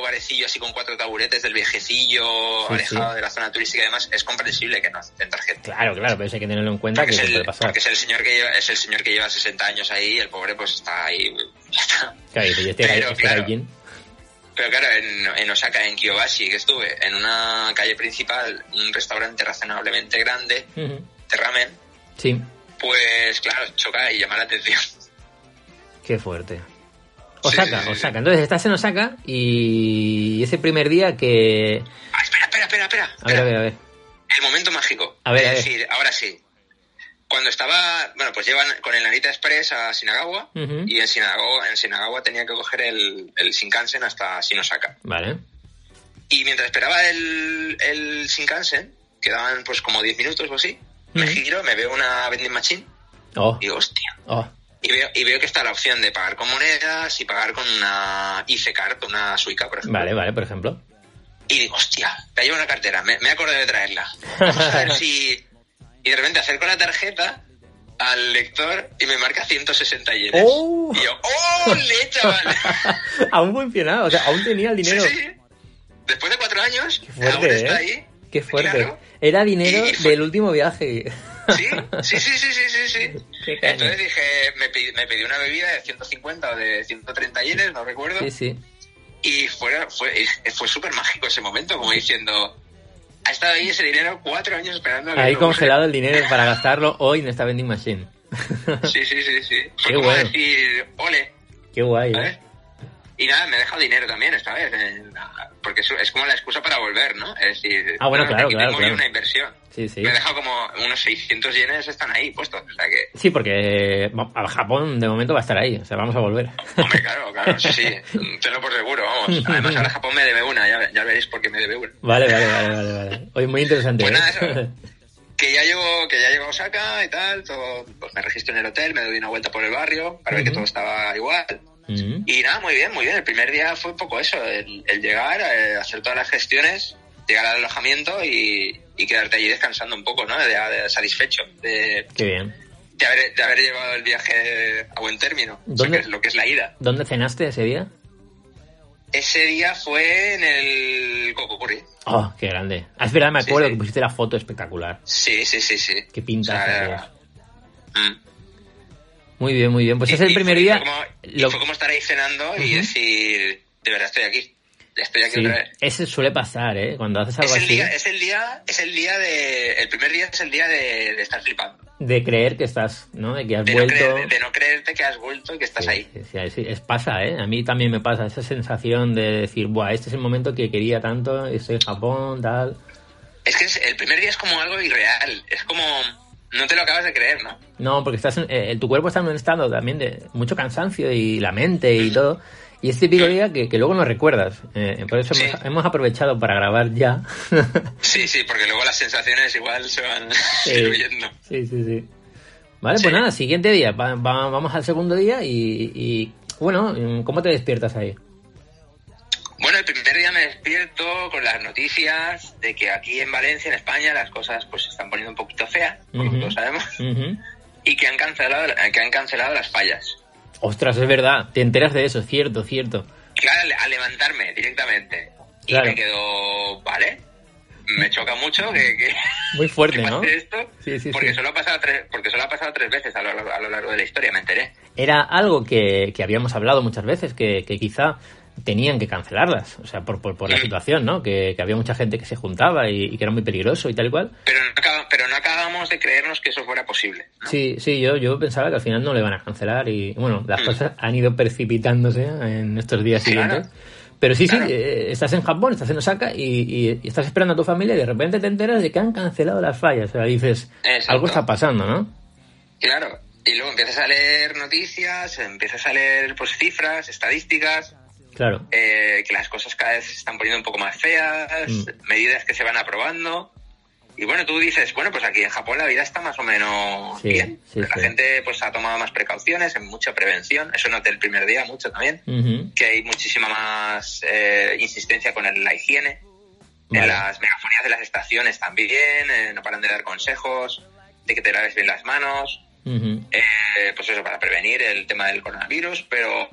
[SPEAKER 2] barecillo así con cuatro taburetes del viejecillo
[SPEAKER 1] Sí,
[SPEAKER 2] alejado
[SPEAKER 1] sí.
[SPEAKER 2] de la zona turística y demás, es comprensible que no acepten tarjeta.
[SPEAKER 1] Claro, claro, pero eso hay que tenerlo en cuenta
[SPEAKER 2] Porque
[SPEAKER 1] que
[SPEAKER 2] es,
[SPEAKER 1] eso puede
[SPEAKER 2] el,
[SPEAKER 1] pasar.
[SPEAKER 2] porque es el señor que lleva, es el señor que lleva 60 años ahí, y el pobre pues está ahí. [LAUGHS] ya está.
[SPEAKER 1] Claro, y este,
[SPEAKER 2] Pero,
[SPEAKER 1] este
[SPEAKER 2] claro.
[SPEAKER 1] gaijin,
[SPEAKER 2] Pero claro, en, en Osaka, en Kiyobashi, que estuve, en una calle principal, un restaurante razonablemente grande,
[SPEAKER 1] ujú,
[SPEAKER 2] de ramen,
[SPEAKER 1] Sí,
[SPEAKER 2] pues claro, choca y llama la atención. [LAUGHS]
[SPEAKER 1] qué fuerte.
[SPEAKER 2] Sí,
[SPEAKER 1] Osaka,
[SPEAKER 2] sí, sí.
[SPEAKER 1] Osaka. Entonces estás en Osaka y ese primer día que...
[SPEAKER 2] Ah, espera, espera, espera, espera.
[SPEAKER 1] A ver,
[SPEAKER 2] espera.
[SPEAKER 1] a ver, a ver.
[SPEAKER 2] El momento mágico.
[SPEAKER 1] A ver, a ver.
[SPEAKER 2] Es decir, ahora sí. Cuando estaba, bueno, pues llevan con el Narita Express a Shinagawa
[SPEAKER 1] Ujú.
[SPEAKER 2] y en Shinagawa, en Shinagawa tenía que coger el, el Shinkansen hasta Shinosaka.
[SPEAKER 1] Vale.
[SPEAKER 2] Y mientras esperaba el, el Shinkansen, quedaban pues como 10 minutos o así, me
[SPEAKER 1] Ujú.
[SPEAKER 2] giro, me veo una vending machine
[SPEAKER 1] Oh,
[SPEAKER 2] y digo, hostia.
[SPEAKER 1] oh.
[SPEAKER 2] Y veo, y veo que está la opción de pagar con monedas y pagar con una IC card, una Suica, por ejemplo.
[SPEAKER 1] Vale, vale, por ejemplo.
[SPEAKER 2] Y digo, hostia, te llevo una cartera, me, me acordé de traerla. Vamos
[SPEAKER 1] [LAUGHS]
[SPEAKER 2] a ver si. Y de repente acerco la tarjeta al lector y me marca 160 yenes.
[SPEAKER 1] ¡Oh!
[SPEAKER 2] Y yo,
[SPEAKER 1] [LAUGHS]
[SPEAKER 2] ¡ole, chaval!
[SPEAKER 1] aún funcionaba, o sea, aún tenía el dinero.
[SPEAKER 2] Sí, sí. Después de cuatro años,
[SPEAKER 1] Qué
[SPEAKER 2] aún
[SPEAKER 1] fuerte,
[SPEAKER 2] está
[SPEAKER 1] ¿eh?
[SPEAKER 2] ahí.
[SPEAKER 1] Qué fuerte.
[SPEAKER 2] Claro.
[SPEAKER 1] Era dinero
[SPEAKER 2] Y- y fue-
[SPEAKER 1] del último viaje.
[SPEAKER 2] Sí, sí, sí, sí, sí, sí. sí.
[SPEAKER 1] Qué caña.
[SPEAKER 2] Entonces dije, me pedí, me pedí una bebida de 150 o de 130 yenes, no recuerdo.
[SPEAKER 1] sí, sí.
[SPEAKER 2] Y fuera, fue, fue súper mágico ese momento, como diciendo, ha estado ahí ese dinero cuatro años esperando. a que
[SPEAKER 1] Ahí
[SPEAKER 2] lo use".
[SPEAKER 1] congelado el dinero para gastarlo hoy en esta vending machine.
[SPEAKER 2] Sí, sí, sí, sí. Fue
[SPEAKER 1] Qué
[SPEAKER 2] como
[SPEAKER 1] bueno.
[SPEAKER 2] decir, ole,
[SPEAKER 1] Qué guay,
[SPEAKER 2] ¿sabes?
[SPEAKER 1] ¿eh?
[SPEAKER 2] Y nada, me he dejado dinero también esta vez, eh, porque es, es como la excusa para volver, ¿no? Es decir,
[SPEAKER 1] Ah, bueno, claro,
[SPEAKER 2] aquí
[SPEAKER 1] claro,
[SPEAKER 2] tengo
[SPEAKER 1] claro.
[SPEAKER 2] una inversión.
[SPEAKER 1] Sí, sí.
[SPEAKER 2] Me he dejado como unos 600 yenes están ahí puestos, o sea que...
[SPEAKER 1] Sí, porque va- a Japón de momento va a estar ahí, o sea, vamos a volver. [LAUGHS]
[SPEAKER 2] Hombre, claro, claro, sí, sí, tenlo por seguro, vamos. Además, ahora Japón me debe una, ya, ya veréis por qué me debe una.
[SPEAKER 1] Vale, vale, vale, vale, vale. Hoy muy interesante.
[SPEAKER 2] Pues nada,
[SPEAKER 1] ¿eh? [LAUGHS]
[SPEAKER 2] Que ya llevo, que ya llevo a Osaka y tal, todo, pues me registro en el hotel, me doy una vuelta por el barrio para ver que
[SPEAKER 1] Ujú.
[SPEAKER 2] todo estaba igual.
[SPEAKER 1] Mm,
[SPEAKER 2] Y nada, muy bien, muy bien. El primer día fue un poco eso, el, el llegar, eh, hacer todas las gestiones, llegar al alojamiento y, y quedarte allí descansando un poco, ¿no? De, de satisfecho de,
[SPEAKER 1] Qué bien.
[SPEAKER 2] de haber, de haber llevado el viaje a buen término, o sea,
[SPEAKER 1] ¿Dónde?
[SPEAKER 2] que es lo que es la ida.
[SPEAKER 1] ¿Dónde cenaste ese día?
[SPEAKER 2] Ese día fue en el Cococurri.
[SPEAKER 1] Oh, qué grande. Ah, es verdad, me
[SPEAKER 2] Sí,
[SPEAKER 1] acuerdo
[SPEAKER 2] sí.
[SPEAKER 1] que pusiste la foto espectacular.
[SPEAKER 2] Sí, sí, sí, sí.
[SPEAKER 1] Qué pinta
[SPEAKER 2] O sea,
[SPEAKER 1] hacías.
[SPEAKER 2] mm.
[SPEAKER 1] Muy bien, muy bien. Pues
[SPEAKER 2] Y-
[SPEAKER 1] es el
[SPEAKER 2] y
[SPEAKER 1] primer
[SPEAKER 2] fue
[SPEAKER 1] día.
[SPEAKER 2] Como, y
[SPEAKER 1] lo-
[SPEAKER 2] Fue como estar ahí cenando y
[SPEAKER 1] Ujú.
[SPEAKER 2] decir, de verdad estoy aquí. Estoy aquí
[SPEAKER 1] sí,
[SPEAKER 2] otra vez.
[SPEAKER 1] ese suele pasar, ¿eh? Cuando haces algo
[SPEAKER 2] Es el,
[SPEAKER 1] así,
[SPEAKER 2] día, es el día, es el día de, el primer día es el día de, de estar flipando.
[SPEAKER 1] de creer que estás, ¿no? De que has
[SPEAKER 2] De no,
[SPEAKER 1] vuelto.
[SPEAKER 2] creer- de- de no creerte que has vuelto y que estás
[SPEAKER 1] Sí,
[SPEAKER 2] ahí.
[SPEAKER 1] sí, sí, sí, es, pasa, ¿eh? A mí también me pasa esa sensación de decir, buah, este es el momento que quería tanto, estoy en Japón, tal.
[SPEAKER 2] Es que es- el primer día es como algo irreal. Es como, no te lo acabas de creer, ¿no?
[SPEAKER 1] No, porque estás en- eh, tu cuerpo está en un estado también de mucho cansancio y la mente
[SPEAKER 2] Mm.
[SPEAKER 1] y todo. Y es típico día que, que luego no recuerdas. Eh, por eso
[SPEAKER 2] Sí.
[SPEAKER 1] hemos, hemos aprovechado para grabar ya. [LAUGHS]
[SPEAKER 2] Sí, sí, porque luego las sensaciones igual se van [LAUGHS] diluyendo.
[SPEAKER 1] Sí, sí, sí. Vale,
[SPEAKER 2] Sí.
[SPEAKER 1] pues nada, siguiente día. Va- va- vamos al segundo día y, y, bueno, em, ¿cómo te despiertas ahí?
[SPEAKER 2] Bueno, el primer día me despierto con las noticias de que aquí en Valencia, en España, las cosas pues se están poniendo un poquito feas, como
[SPEAKER 1] Ujú.
[SPEAKER 2] todos sabemos,
[SPEAKER 1] Ujú.
[SPEAKER 2] y que han cancelado, que han cancelado las fallas.
[SPEAKER 1] Ostras, es verdad, te enteras de eso, cierto, cierto.
[SPEAKER 2] Claro, al- al levantarme directamente. Y
[SPEAKER 1] Claro.
[SPEAKER 2] me quedo, vale, me choca mucho que, que- [LAUGHS]
[SPEAKER 1] Muy fuerte,
[SPEAKER 2] que
[SPEAKER 1] ¿no?
[SPEAKER 2] pase esto,
[SPEAKER 1] Sí, sí,
[SPEAKER 2] porque,
[SPEAKER 1] sí.
[SPEAKER 2] Solo ha pasado tres, porque solo ha pasado tres veces a lo, largo- a lo largo de la historia, me enteré.
[SPEAKER 1] Era algo que, que habíamos hablado muchas veces, que, que quizá tenían que cancelarlas, o sea, por, por, por la
[SPEAKER 2] Mm.
[SPEAKER 1] situación, ¿no? Que, que había mucha gente que se juntaba y, y que era muy peligroso y tal y cual.
[SPEAKER 2] Pero no, acaba- pero no acabamos de creernos que eso fuera posible. ¿no?
[SPEAKER 1] Sí, sí, yo, yo pensaba que al final no le van a cancelar y bueno, las
[SPEAKER 2] Mm.
[SPEAKER 1] cosas han ido precipitándose en estos días
[SPEAKER 2] Claro.
[SPEAKER 1] siguientes. Pero sí,
[SPEAKER 2] Claro.
[SPEAKER 1] sí, eh, estás en Japón, estás en Osaka y, y- y estás esperando a tu familia y de repente te enteras de que han cancelado las fallas. O sea, dices,
[SPEAKER 2] Exacto.
[SPEAKER 1] algo está pasando, ¿no?
[SPEAKER 2] Claro. Y luego empiezas a leer noticias, empiezas a leer pues cifras, estadísticas,
[SPEAKER 1] Claro.
[SPEAKER 2] eh, que las cosas cada vez se están poniendo un poco más feas,
[SPEAKER 1] Mm.
[SPEAKER 2] medidas que se van aprobando. Y bueno, tú dices, bueno, pues aquí en Japón la vida está más o menos
[SPEAKER 1] Sí,
[SPEAKER 2] bien.
[SPEAKER 1] sí,
[SPEAKER 2] la
[SPEAKER 1] sí.
[SPEAKER 2] gente pues ha tomado más precauciones, en mucha prevención. Eso noté el primer día mucho también.
[SPEAKER 1] Ujú.
[SPEAKER 2] Que hay muchísima más eh, insistencia con el- la higiene.
[SPEAKER 1] Vale.
[SPEAKER 2] En las megafonías de las estaciones también, eh, no paran de dar consejos, de que te laves bien las manos.
[SPEAKER 1] Ujú.
[SPEAKER 2] Eh, pues eso, para prevenir el tema del coronavirus, pero,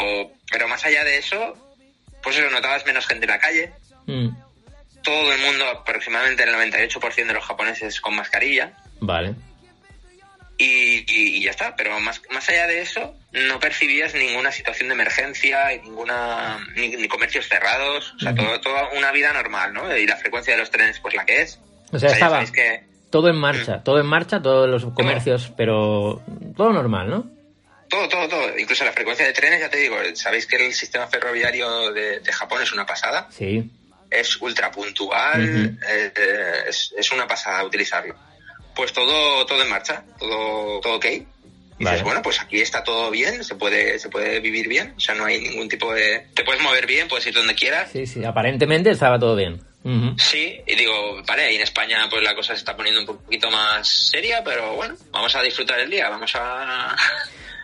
[SPEAKER 2] pero más allá de eso, pues eso, notabas menos gente en la calle,
[SPEAKER 1] Mm.
[SPEAKER 2] todo el mundo, aproximadamente el 98% de los japoneses con mascarilla,
[SPEAKER 1] Vale.
[SPEAKER 2] y, y- y ya está, pero más, más allá de eso, no percibías ninguna situación de emergencia, ninguna, ni, ni comercios cerrados, o sea,
[SPEAKER 1] Ujú.
[SPEAKER 2] todo- toda una vida normal, ¿no? Y la frecuencia de los trenes, pues la que es.
[SPEAKER 1] O sea,
[SPEAKER 2] ya
[SPEAKER 1] estaba-
[SPEAKER 2] sabéis que
[SPEAKER 1] Todo en
[SPEAKER 2] Hmm.
[SPEAKER 1] marcha, todo en marcha, todos
[SPEAKER 2] Eh.
[SPEAKER 1] los comercios, pero todo normal, ¿no?
[SPEAKER 2] Todo, todo, todo. Incluso la frecuencia de trenes, ya te digo, sabéis que el sistema ferroviario de- de Japón es una pasada.
[SPEAKER 1] Sí.
[SPEAKER 2] es ultra puntual,
[SPEAKER 1] Ujú.
[SPEAKER 2] eh, eh, es, es una pasada utilizarlo. Pues todo, todo en marcha, todo, todo ok. Y
[SPEAKER 1] Vale.
[SPEAKER 2] dices, bueno, pues aquí está todo bien, se puede, se puede vivir bien, o sea, no hay ningún tipo de... Te puedes mover bien, puedes ir donde quieras.
[SPEAKER 1] Sí, sí, aparentemente estaba todo bien. Ujú.
[SPEAKER 2] Sí, y digo, vale, y en España pues la cosa se está poniendo un poquito más seria, pero bueno, vamos a disfrutar el día, vamos a, [LAUGHS]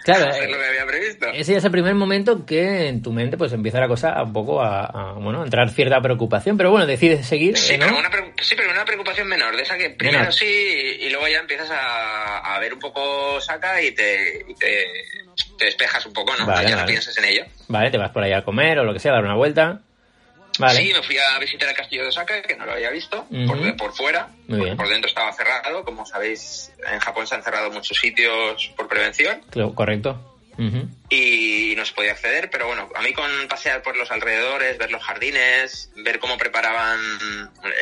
[SPEAKER 1] Claro,
[SPEAKER 2] a hacer
[SPEAKER 1] eh,
[SPEAKER 2] lo que había previsto.
[SPEAKER 1] Ese ya es el primer momento que en tu mente pues empieza la cosa un poco a, a, bueno, a entrar cierta preocupación, pero bueno, decides seguir,
[SPEAKER 2] Sí,
[SPEAKER 1] ¿no?
[SPEAKER 2] pero una, pre- sí, pero una preocupación menor, de esa que primero
[SPEAKER 1] Menor.
[SPEAKER 2] sí y, y luego ya empiezas a, a ver un poco saca y te, y te, te despejas un poco, ¿no?
[SPEAKER 1] Vale,
[SPEAKER 2] ya no
[SPEAKER 1] vale.
[SPEAKER 2] piensas en ello.
[SPEAKER 1] Vale, te vas por ahí a comer o lo que sea, a dar una vuelta. Vale.
[SPEAKER 2] Sí, me fui a visitar el castillo de Osaka, que no lo había visto,
[SPEAKER 1] Ujú.
[SPEAKER 2] por, de- por fuera,
[SPEAKER 1] Muy
[SPEAKER 2] porque
[SPEAKER 1] bien.
[SPEAKER 2] por dentro estaba cerrado, como sabéis, en Japón se han cerrado muchos sitios por prevención
[SPEAKER 1] Cl- Correcto. Ujú.
[SPEAKER 2] y no se podía acceder, pero bueno, a mí con pasear por los alrededores, ver los jardines, ver cómo preparaban...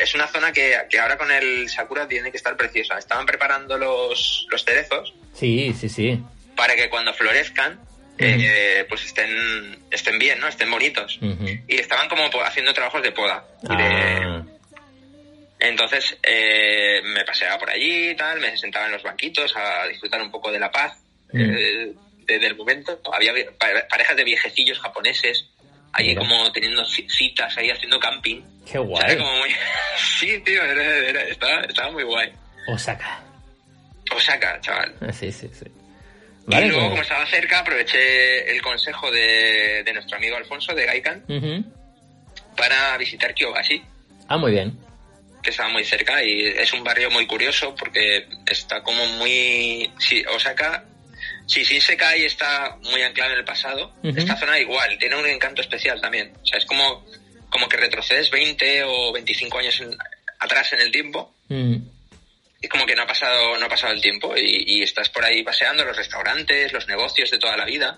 [SPEAKER 2] Es una zona que, que ahora con el Sakura tiene que estar preciosa. Estaban preparando los, los cerezos
[SPEAKER 1] Sí, sí, sí.
[SPEAKER 2] para que cuando florezcan, eh, pues estén, estén bien, ¿no? Estén bonitos.
[SPEAKER 1] Ujú.
[SPEAKER 2] Y estaban como po- haciendo trabajos de poda. y de-
[SPEAKER 1] Mm. Ah,
[SPEAKER 2] Entonces eh, me paseaba por allí y tal, me sentaba en los banquitos a disfrutar un poco de la paz
[SPEAKER 1] Mm.
[SPEAKER 2] eh, de- del momento. Había vi- pa- parejas de viejecillos japoneses allí
[SPEAKER 1] Mira.
[SPEAKER 2] como teniendo ci- citas, ahí haciendo camping.
[SPEAKER 1] qué
[SPEAKER 2] O sea, era
[SPEAKER 1] guay.
[SPEAKER 2] como muy- [LAUGHS] sí, tío, era- era- estaba, estaba muy guay.
[SPEAKER 1] Osaka. [LAUGHS]
[SPEAKER 2] Osaka, chaval.
[SPEAKER 1] Ah, Sí, sí, sí.
[SPEAKER 2] y luego, como
[SPEAKER 1] pues-
[SPEAKER 2] estaba cerca, aproveché el consejo de, de nuestro amigo Alfonso de Gaikan
[SPEAKER 1] Ujú.
[SPEAKER 2] para visitar Kyogashi,
[SPEAKER 1] Ah, muy bien.
[SPEAKER 2] que estaba muy cerca y es un barrio muy curioso porque está como muy... Sí, Osaka, sí, sí se cae y está muy anclado en el pasado.
[SPEAKER 1] Ujú.
[SPEAKER 2] Esta zona igual, tiene un encanto especial también. O sea, es como, como que retrocedes 20 o 25 años en- atrás en el tiempo
[SPEAKER 1] Mm.
[SPEAKER 2] es como que no ha pasado, no ha pasado el tiempo y, y estás por ahí paseando los restaurantes, los negocios de toda la vida,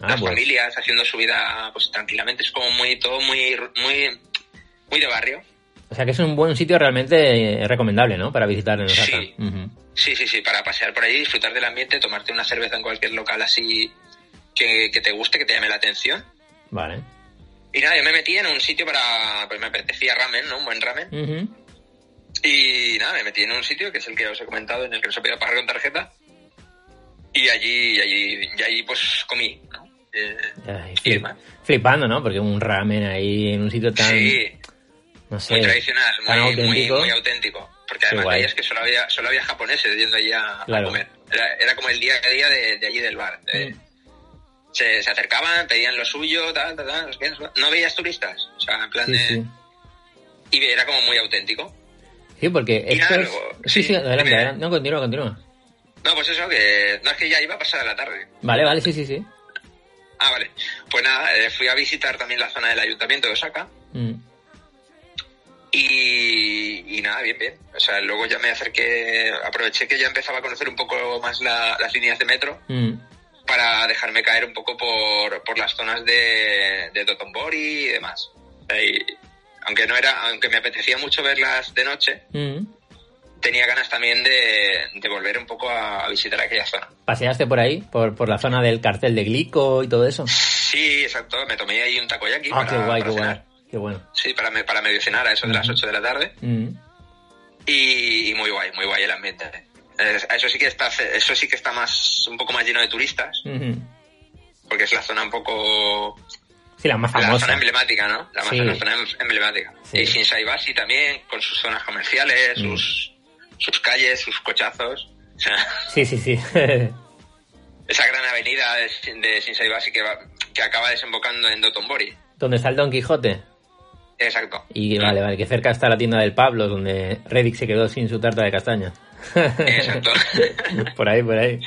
[SPEAKER 1] Ah,
[SPEAKER 2] las
[SPEAKER 1] pues.
[SPEAKER 2] familias haciendo su vida pues tranquilamente, es como muy, todo muy, muy, muy de barrio.
[SPEAKER 1] O sea que es un buen sitio realmente eh, recomendable, ¿no? Para visitar en Osaka.
[SPEAKER 2] Sí.
[SPEAKER 1] Ujú.
[SPEAKER 2] Sí, sí, sí, para pasear por ahí, disfrutar del ambiente, tomarte una cerveza en cualquier local así que, que te guste, que te llame la atención.
[SPEAKER 1] Vale.
[SPEAKER 2] Y nada, yo me metí en un sitio para, pues me apetecía ramen, ¿no? Un buen ramen.
[SPEAKER 1] Ujú.
[SPEAKER 2] Y nada, me metí en un sitio que es el que os he comentado, en el que os he pedido pagar con tarjeta. Y allí, y allí, y allí pues comí, ¿no? Eh,
[SPEAKER 1] Ay,
[SPEAKER 2] Y
[SPEAKER 1] flip-
[SPEAKER 2] demás.
[SPEAKER 1] flipando, ¿no? Porque un ramen ahí en un sitio tan,
[SPEAKER 2] sí,
[SPEAKER 1] no sé,
[SPEAKER 2] muy tradicional,
[SPEAKER 1] tan
[SPEAKER 2] muy, muy,
[SPEAKER 1] auténtico.
[SPEAKER 2] muy auténtico. Porque
[SPEAKER 1] Qué
[SPEAKER 2] además
[SPEAKER 1] guay.
[SPEAKER 2] de ahí es que solo había, solo había japoneses yendo allí a, a
[SPEAKER 1] Claro. Mm.
[SPEAKER 2] comer. Era, era como el día a día de, de allí del bar. Eh, se, se acercaban, pedían lo suyo, tal, tal, tal, no sé qué, no sé qué. No veías turistas. O sea, en plan
[SPEAKER 1] sí,
[SPEAKER 2] de...
[SPEAKER 1] sí.
[SPEAKER 2] Y era como muy auténtico.
[SPEAKER 1] Sí, porque
[SPEAKER 2] Y
[SPEAKER 1] esto
[SPEAKER 2] nada,
[SPEAKER 1] es...
[SPEAKER 2] luego-
[SPEAKER 1] Sí, sí,
[SPEAKER 2] sí,
[SPEAKER 1] adelante,
[SPEAKER 2] dime.
[SPEAKER 1] adelante. No, continúa, continúa.
[SPEAKER 2] No, pues eso, que no es que ya iba a pasar la tarde.
[SPEAKER 1] Vale, vale, sí, sí, sí.
[SPEAKER 2] Ah, vale. Pues nada, eh, fui a visitar también la zona del ayuntamiento de Osaka
[SPEAKER 1] Mm.
[SPEAKER 2] y, y nada, bien, bien. O sea, luego ya me acerqué, aproveché que ya empezaba a conocer un poco más la- las líneas de metro
[SPEAKER 1] Mm.
[SPEAKER 2] para dejarme caer un poco por, por las zonas de, de Dotonbori y demás. Eh, y aunque no era, aunque me apetecía mucho verlas de noche,
[SPEAKER 1] Mm.
[SPEAKER 2] tenía ganas también de, de volver un poco a, a visitar aquella zona.
[SPEAKER 1] ¿Paseaste por ahí? Por, por la zona del cartel de Glico y todo eso.
[SPEAKER 2] Sí, exacto, me tomé ahí un takoyaki
[SPEAKER 1] Ah,
[SPEAKER 2] para,
[SPEAKER 1] qué guay,
[SPEAKER 2] para
[SPEAKER 1] qué guay.
[SPEAKER 2] cenar.
[SPEAKER 1] Qué bueno.
[SPEAKER 2] Sí, para, me- para medio cenar a eso de las
[SPEAKER 1] Ujú.
[SPEAKER 2] 8 de la tarde.
[SPEAKER 1] Mm.
[SPEAKER 2] y, y muy guay, muy guay el ambiente. Eh, Eso sí que está, eso sí que está más, un poco más lleno de turistas,
[SPEAKER 1] Ujú.
[SPEAKER 2] porque es la zona un poco,
[SPEAKER 1] mm. Sí, la más
[SPEAKER 2] la
[SPEAKER 1] famosa.
[SPEAKER 2] zona emblemática, ¿no? La más
[SPEAKER 1] Sí.
[SPEAKER 2] la zona em- emblemática.
[SPEAKER 1] Sí. Mm.
[SPEAKER 2] Y Shinsaibashi también, con sus zonas comerciales, sus, sus calles, sus cochazos. O sea,
[SPEAKER 1] Sí, sí, sí. [LAUGHS]
[SPEAKER 2] esa gran avenida de, Shin- de Shinsaibashi que, va- que acaba desembocando en Dotonbori.
[SPEAKER 1] Donde está el Don Quijote.
[SPEAKER 2] Exacto.
[SPEAKER 1] Y vale, vale, que cerca está la tienda del Pablo, donde Reddick se quedó sin su tarta de castaña.
[SPEAKER 2] Exacto.
[SPEAKER 1] [LAUGHS] por ahí, por ahí.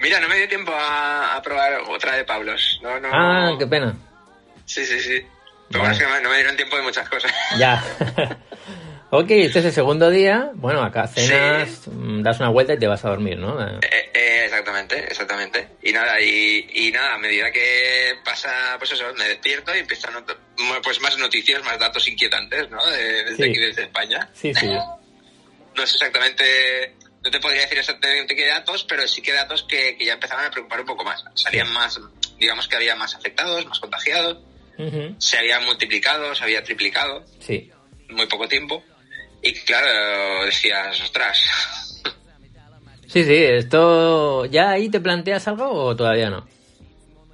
[SPEAKER 2] Mira, no me dio tiempo a, a probar otra de Pablos. No, no.
[SPEAKER 1] Ah, qué pena.
[SPEAKER 2] Sí, sí, sí. Lo bueno es que no me- no me dieron tiempo de muchas cosas. [LAUGHS]
[SPEAKER 1] Ya. [LAUGHS] ok, este es el segundo día. Bueno, acá cenas, mm, das una vuelta y te vas a dormir, ¿no?
[SPEAKER 2] Eh, eh, exactamente, exactamente. Y nada, y, y nada, a medida que pasa, pues eso, me despierto y empiezan ot- mu- pues más noticias, más datos inquietantes, ¿no? De- desde
[SPEAKER 1] Sí.
[SPEAKER 2] aquí, desde España.
[SPEAKER 1] Sí, sí.
[SPEAKER 2] No sé exactamente, no te podría decir exactamente qué datos, pero sí que datos que, que ya empezaban a preocupar un poco más. Salían más, digamos que había más afectados, más contagiados,
[SPEAKER 1] Ujú.
[SPEAKER 2] se habían multiplicado, se había triplicado
[SPEAKER 1] Sí.
[SPEAKER 2] en muy poco tiempo. Y claro, decías, ostras,
[SPEAKER 1] Sí, sí, esto... ¿Ya ahí te planteas algo o todavía no?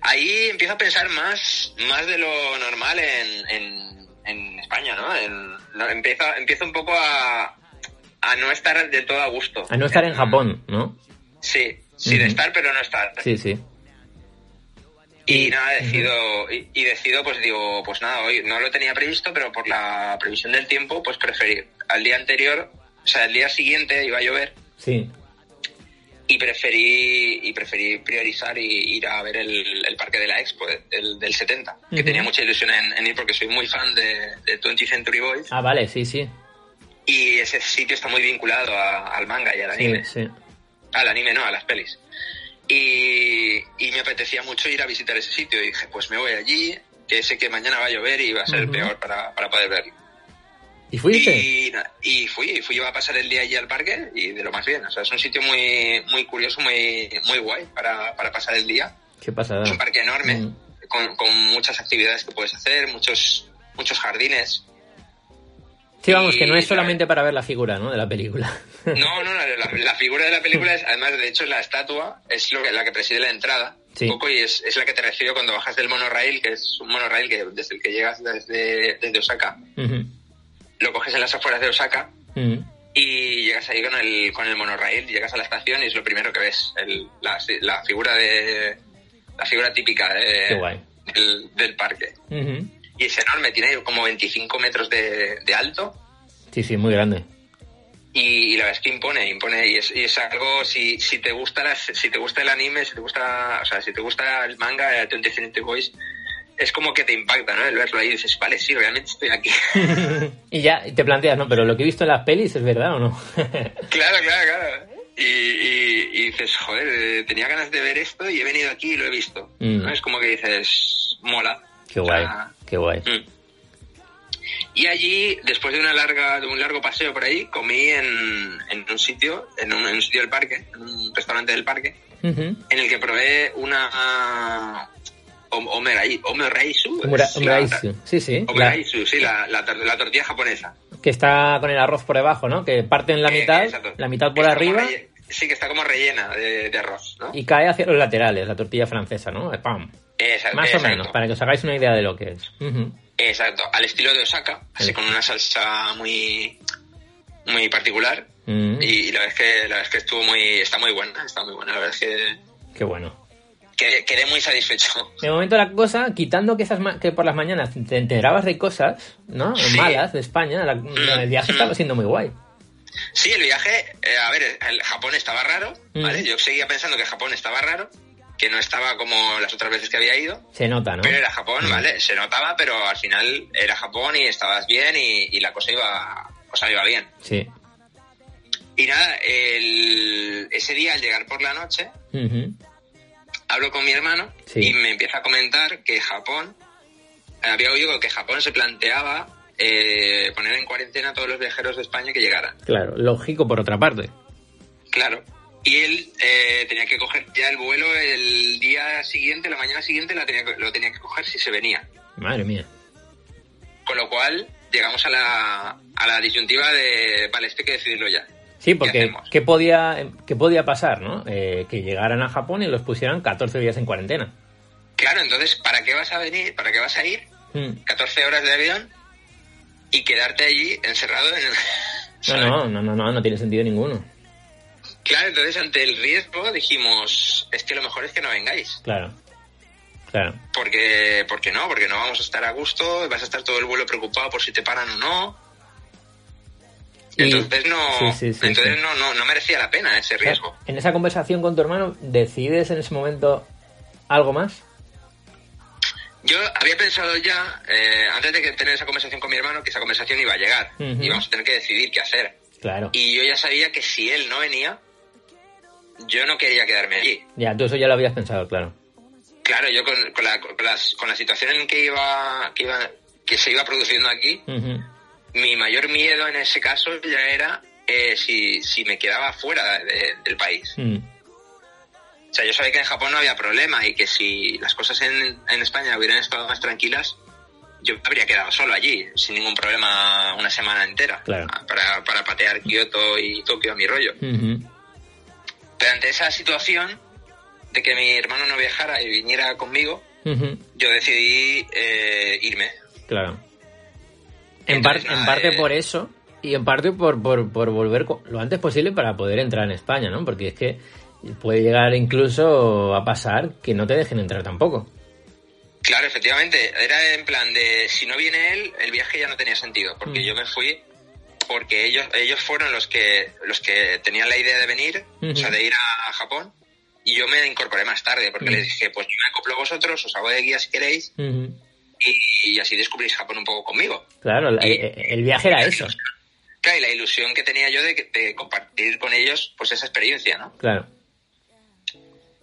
[SPEAKER 2] Ahí empiezo a pensar más, más de lo normal en, en, en España, ¿no? En- no, empiezo, empiezo un poco a, a no estar de todo a gusto.
[SPEAKER 1] A no estar en Japón, ¿no?
[SPEAKER 2] Sí, sí, de
[SPEAKER 1] Ujú.
[SPEAKER 2] estar, pero no estar.
[SPEAKER 1] Sí, sí.
[SPEAKER 2] Y nada, decido, y, y decido, pues digo, pues nada, hoy no lo tenía previsto, pero por la previsión del tiempo, pues preferir. Al día anterior, o sea, el día siguiente iba a llover
[SPEAKER 1] Sí.
[SPEAKER 2] y preferí, y preferí priorizar y ir a ver el, el parque de la Expo el del 70,
[SPEAKER 1] Ujú.
[SPEAKER 2] que tenía mucha ilusión en, en ir porque soy muy fan de, de 20 Century Boys
[SPEAKER 1] Ah, vale, sí, sí.
[SPEAKER 2] y ese sitio está muy vinculado a- al manga y al
[SPEAKER 1] Sí,
[SPEAKER 2] anime.
[SPEAKER 1] sí.
[SPEAKER 2] Al anime no, a las pelis. Y, y me apetecía mucho ir a visitar ese sitio y dije, pues me voy allí, que sé que mañana va a llover y va a ser el
[SPEAKER 1] Ujú.
[SPEAKER 2] peor para, para poder verlo.
[SPEAKER 1] ¿Y fuiste?
[SPEAKER 2] Y, na- y fui, fui yo a pasar el día allí al parque y de lo más bien. O sea, es un sitio muy, muy curioso, muy, muy guay para, para pasar el día.
[SPEAKER 1] Qué pasada.
[SPEAKER 2] Es un parque enorme,
[SPEAKER 1] Mm.
[SPEAKER 2] con, con muchas actividades que puedes hacer, muchos, muchos jardines.
[SPEAKER 1] Sí, vamos, que no es
[SPEAKER 2] y-
[SPEAKER 1] solamente para ver la figura, ¿no? De la película. [LAUGHS]
[SPEAKER 2] No, no, la, la- la figura de la película es, además, de hecho, la estatua es lo que- la que preside la entrada.
[SPEAKER 1] Sí.
[SPEAKER 2] Un poco y es, es la que te recibe cuando bajas del monorail, que es un monorail que desde el que llegas desde, desde Osaka,
[SPEAKER 1] Ujú.
[SPEAKER 2] lo coges en las afueras de Osaka
[SPEAKER 1] Mm.
[SPEAKER 2] y llegas ahí con el, con el monorail, llegas a la estación y es lo primero que ves, el- la, la figura de la figura típica de-
[SPEAKER 1] Qué guay.
[SPEAKER 2] del- del parque.
[SPEAKER 1] Ujú.
[SPEAKER 2] y es enorme, tiene como 25 metros de, de alto
[SPEAKER 1] Sí, sí, muy grande.
[SPEAKER 2] Y, y la verdad es que impone, impone. Y es, y es algo, si, si, te gusta las- si te gusta el anime, si te gusta, o sea, si te gusta el manga, eh, 20 Century Boys, es como que te impacta, ¿no? El verlo ahí y dices, vale, sí, realmente estoy aquí. [LAUGHS]
[SPEAKER 1] Y ya te planteas, no, pero lo que he visto en las pelis es verdad o no. [LAUGHS]
[SPEAKER 2] Claro, claro, claro. Y, y- y dices, joder, eh, tenía ganas de ver esto y he venido aquí y lo he visto.
[SPEAKER 1] Mm.
[SPEAKER 2] ¿no? Es como que dices, mola.
[SPEAKER 1] qué
[SPEAKER 2] O
[SPEAKER 1] guay,
[SPEAKER 2] sea,
[SPEAKER 1] qué guay.
[SPEAKER 2] mm. Y allí, después de una larga, de un largo paseo por ahí, comí en, en un sitio, en un, en un sitio del parque, en un restaurante del parque,
[SPEAKER 1] Ujú.
[SPEAKER 2] en el que probé una om- omerai- omeraisu.
[SPEAKER 1] Umura-
[SPEAKER 2] es la-
[SPEAKER 1] Umuraisu. Pues Sí, sí. la-
[SPEAKER 2] Omeraisu, sí, la, la tor- la tortilla japonesa.
[SPEAKER 1] que está con el arroz por debajo, ¿no? Que parten la
[SPEAKER 2] Eh,
[SPEAKER 1] mitad,
[SPEAKER 2] exacto.
[SPEAKER 1] la mitad
[SPEAKER 2] Que
[SPEAKER 1] por
[SPEAKER 2] está como
[SPEAKER 1] arriba
[SPEAKER 2] relle- Sí, que está como rellena de, de arroz, ¿no?
[SPEAKER 1] y cae hacia los laterales, la tortilla francesa, ¿no? Pam.
[SPEAKER 2] Esa-
[SPEAKER 1] Más o
[SPEAKER 2] exacto.
[SPEAKER 1] menos, para que os hagáis una idea de lo que es. Ujú.
[SPEAKER 2] Exacto, al estilo de Osaka, así
[SPEAKER 1] Sí.
[SPEAKER 2] con una salsa muy muy particular
[SPEAKER 1] Mm,
[SPEAKER 2] y, y la verdad es que la verdad es que estuvo muy está muy buena, está muy buena, la verdad es que
[SPEAKER 1] Qué bueno.
[SPEAKER 2] que- quedé muy satisfecho.
[SPEAKER 1] De momento la cosa, quitando que esas ma- que por las mañanas te enterabas de cosas, ¿no?
[SPEAKER 2] Sí. Mm,
[SPEAKER 1] Malas de España, la- la- el viaje estaba siendo muy guay.
[SPEAKER 2] Sí, el viaje, eh, a ver, el Japón estaba raro,
[SPEAKER 1] Mm.
[SPEAKER 2] ¿vale? Yo seguía pensando que Japón estaba raro, que no estaba como las otras veces que había ido,
[SPEAKER 1] Se nota, ¿no?
[SPEAKER 2] pero era Japón, ¿vale? Se notaba, pero al final era Japón y estabas bien y, y la cosa iba, o sea, iba bien.
[SPEAKER 1] Sí.
[SPEAKER 2] Y nada, el- ese día al llegar por la noche,
[SPEAKER 1] Ujú.
[SPEAKER 2] hablo con mi hermano
[SPEAKER 1] Sí.
[SPEAKER 2] y me empieza a comentar que Japón, había oído que Japón se planteaba eh, poner en cuarentena a todos los viajeros de España que llegaran.
[SPEAKER 1] Claro, lógico por otra parte.
[SPEAKER 2] Claro. Y él eh, tenía que coger ya el vuelo el día siguiente, la mañana siguiente la tenía, que- lo tenía que coger si se venía.
[SPEAKER 1] Madre mía.
[SPEAKER 2] Con lo cual llegamos a la, a la disyuntiva de, vale, esto hay que decidirlo ya.
[SPEAKER 1] Sí,
[SPEAKER 2] ¿Qué
[SPEAKER 1] porque
[SPEAKER 2] hacemos?
[SPEAKER 1] ¿qué podía, qué podía pasar, no? Eh, que llegaran a Japón y los pusieran 14 días en cuarentena.
[SPEAKER 2] Claro, entonces, ¿para qué vas a venir? ¿Para qué vas a ir?
[SPEAKER 1] Mm.
[SPEAKER 2] 14 horas de avión y quedarte allí encerrado en el...
[SPEAKER 1] [LAUGHS] No,
[SPEAKER 2] ¿sabes?
[SPEAKER 1] no, no, no, no, no tiene sentido ninguno.
[SPEAKER 2] Claro, entonces ante el riesgo dijimos, es que lo mejor es que no vengáis.
[SPEAKER 1] Claro. Claro.
[SPEAKER 2] Porque, porque no, porque no vamos a estar a gusto, vas a estar todo el vuelo preocupado por si te paran o no.
[SPEAKER 1] Y-
[SPEAKER 2] Entonces no,
[SPEAKER 1] sí, sí, sí,
[SPEAKER 2] entonces
[SPEAKER 1] sí.
[SPEAKER 2] No, no, no merecía la pena ese riesgo.
[SPEAKER 1] En esa conversación con tu hermano, ¿decides en ese momento algo más?
[SPEAKER 2] Yo había pensado ya, eh, antes de que tener esa conversación con mi hermano, que esa conversación iba a llegar
[SPEAKER 1] Ujú.
[SPEAKER 2] y vamos a tener que decidir qué hacer.
[SPEAKER 1] Claro.
[SPEAKER 2] Y yo ya sabía que si él no venía, yo no quería quedarme allí.
[SPEAKER 1] Ya, tú eso ya lo habías pensado, claro.
[SPEAKER 2] Claro, yo con, con la, con, las- con la situación en que iba, que iba que se iba produciendo aquí,
[SPEAKER 1] Ujú.
[SPEAKER 2] mi mayor miedo en ese caso ya era eh, si, si me quedaba fuera de- del país.
[SPEAKER 1] Mm.
[SPEAKER 2] O sea, yo sabía que en Japón no había problema y que si las cosas en, en España hubieran estado más tranquilas, yo me habría quedado solo allí, sin ningún problema, una semana entera,
[SPEAKER 1] Claro.
[SPEAKER 2] para, para patear Kioto y Tokio a mi rollo.
[SPEAKER 1] Ujú.
[SPEAKER 2] Pero ante esa situación de que mi hermano no viajara y viniera conmigo,
[SPEAKER 1] Ujú.
[SPEAKER 2] yo decidí eh, irme.
[SPEAKER 1] Claro. En,
[SPEAKER 2] Entonces,
[SPEAKER 1] par- en
[SPEAKER 2] nada,
[SPEAKER 1] parte
[SPEAKER 2] eh,
[SPEAKER 1] por eso y en parte por, por, por volver co- lo antes posible para poder entrar en España, ¿no? Porque es que puede llegar incluso a pasar que no te dejen entrar tampoco.
[SPEAKER 2] Claro, efectivamente. Era en plan de si no viene él, el viaje ya no tenía sentido, porque
[SPEAKER 1] Mm.
[SPEAKER 2] yo me fui porque ellos ellos fueron los que los que tenían la idea de venir, o sea,
[SPEAKER 1] Ujú.
[SPEAKER 2] de ir a Japón, y yo me incorporé más tarde porque
[SPEAKER 1] Mm.
[SPEAKER 2] les dije, pues yo me acoplo a vosotros, os hago de guía si queréis
[SPEAKER 1] Ujú.
[SPEAKER 2] y, y así descubrís Japón un poco conmigo.
[SPEAKER 1] Claro, la-
[SPEAKER 2] Y-
[SPEAKER 1] eh, eh, el viaje era eso.
[SPEAKER 2] Claro, y la ilusión que tenía yo de, que- de compartir con ellos pues esa experiencia, ¿no?
[SPEAKER 1] Claro.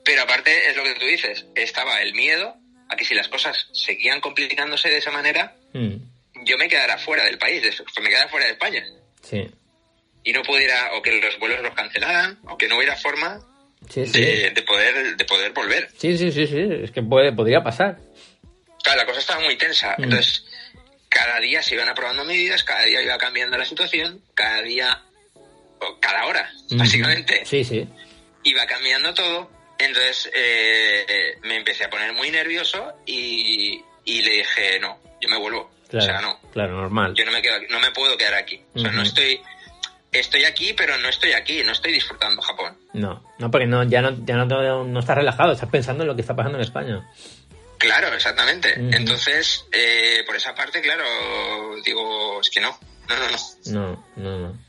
[SPEAKER 2] Pero aparte es lo que tú dices, estaba el miedo a que si las cosas seguían complicándose de esa manera,
[SPEAKER 1] Mm.
[SPEAKER 2] yo me quedara fuera del país, de- me quedara fuera de España.
[SPEAKER 1] Sí.
[SPEAKER 2] Y no pudiera, o que los vuelos los cancelaran, o que no hubiera forma
[SPEAKER 1] Sí, sí.
[SPEAKER 2] de, de poder, de poder volver.
[SPEAKER 1] Sí, sí, sí, sí, es que puede, podría pasar.
[SPEAKER 2] Claro, la cosa estaba muy tensa.
[SPEAKER 1] Mm.
[SPEAKER 2] Entonces, cada día se iban aprobando medidas, cada día iba cambiando la situación, cada día, o cada hora, básicamente,
[SPEAKER 1] Mm. Sí, sí.
[SPEAKER 2] iba cambiando todo. Entonces, eh, me empecé a poner muy nervioso y, y le dije, no, yo me vuelvo.
[SPEAKER 1] Claro,
[SPEAKER 2] O sea, no,
[SPEAKER 1] claro, normal.
[SPEAKER 2] yo no me quedo aquí, no me puedo quedar aquí. O sea, no
[SPEAKER 1] Ujú.
[SPEAKER 2] estoy estoy aquí, pero no estoy aquí, no estoy disfrutando Japón.
[SPEAKER 1] No, no, porque no, ya, no, ya no, te- no estás relajado, estás pensando en lo que está pasando en España.
[SPEAKER 2] Claro, exactamente.
[SPEAKER 1] Ujú.
[SPEAKER 2] Entonces, eh, por esa parte, claro, digo, es que no. No, no, no.
[SPEAKER 1] No, no, no.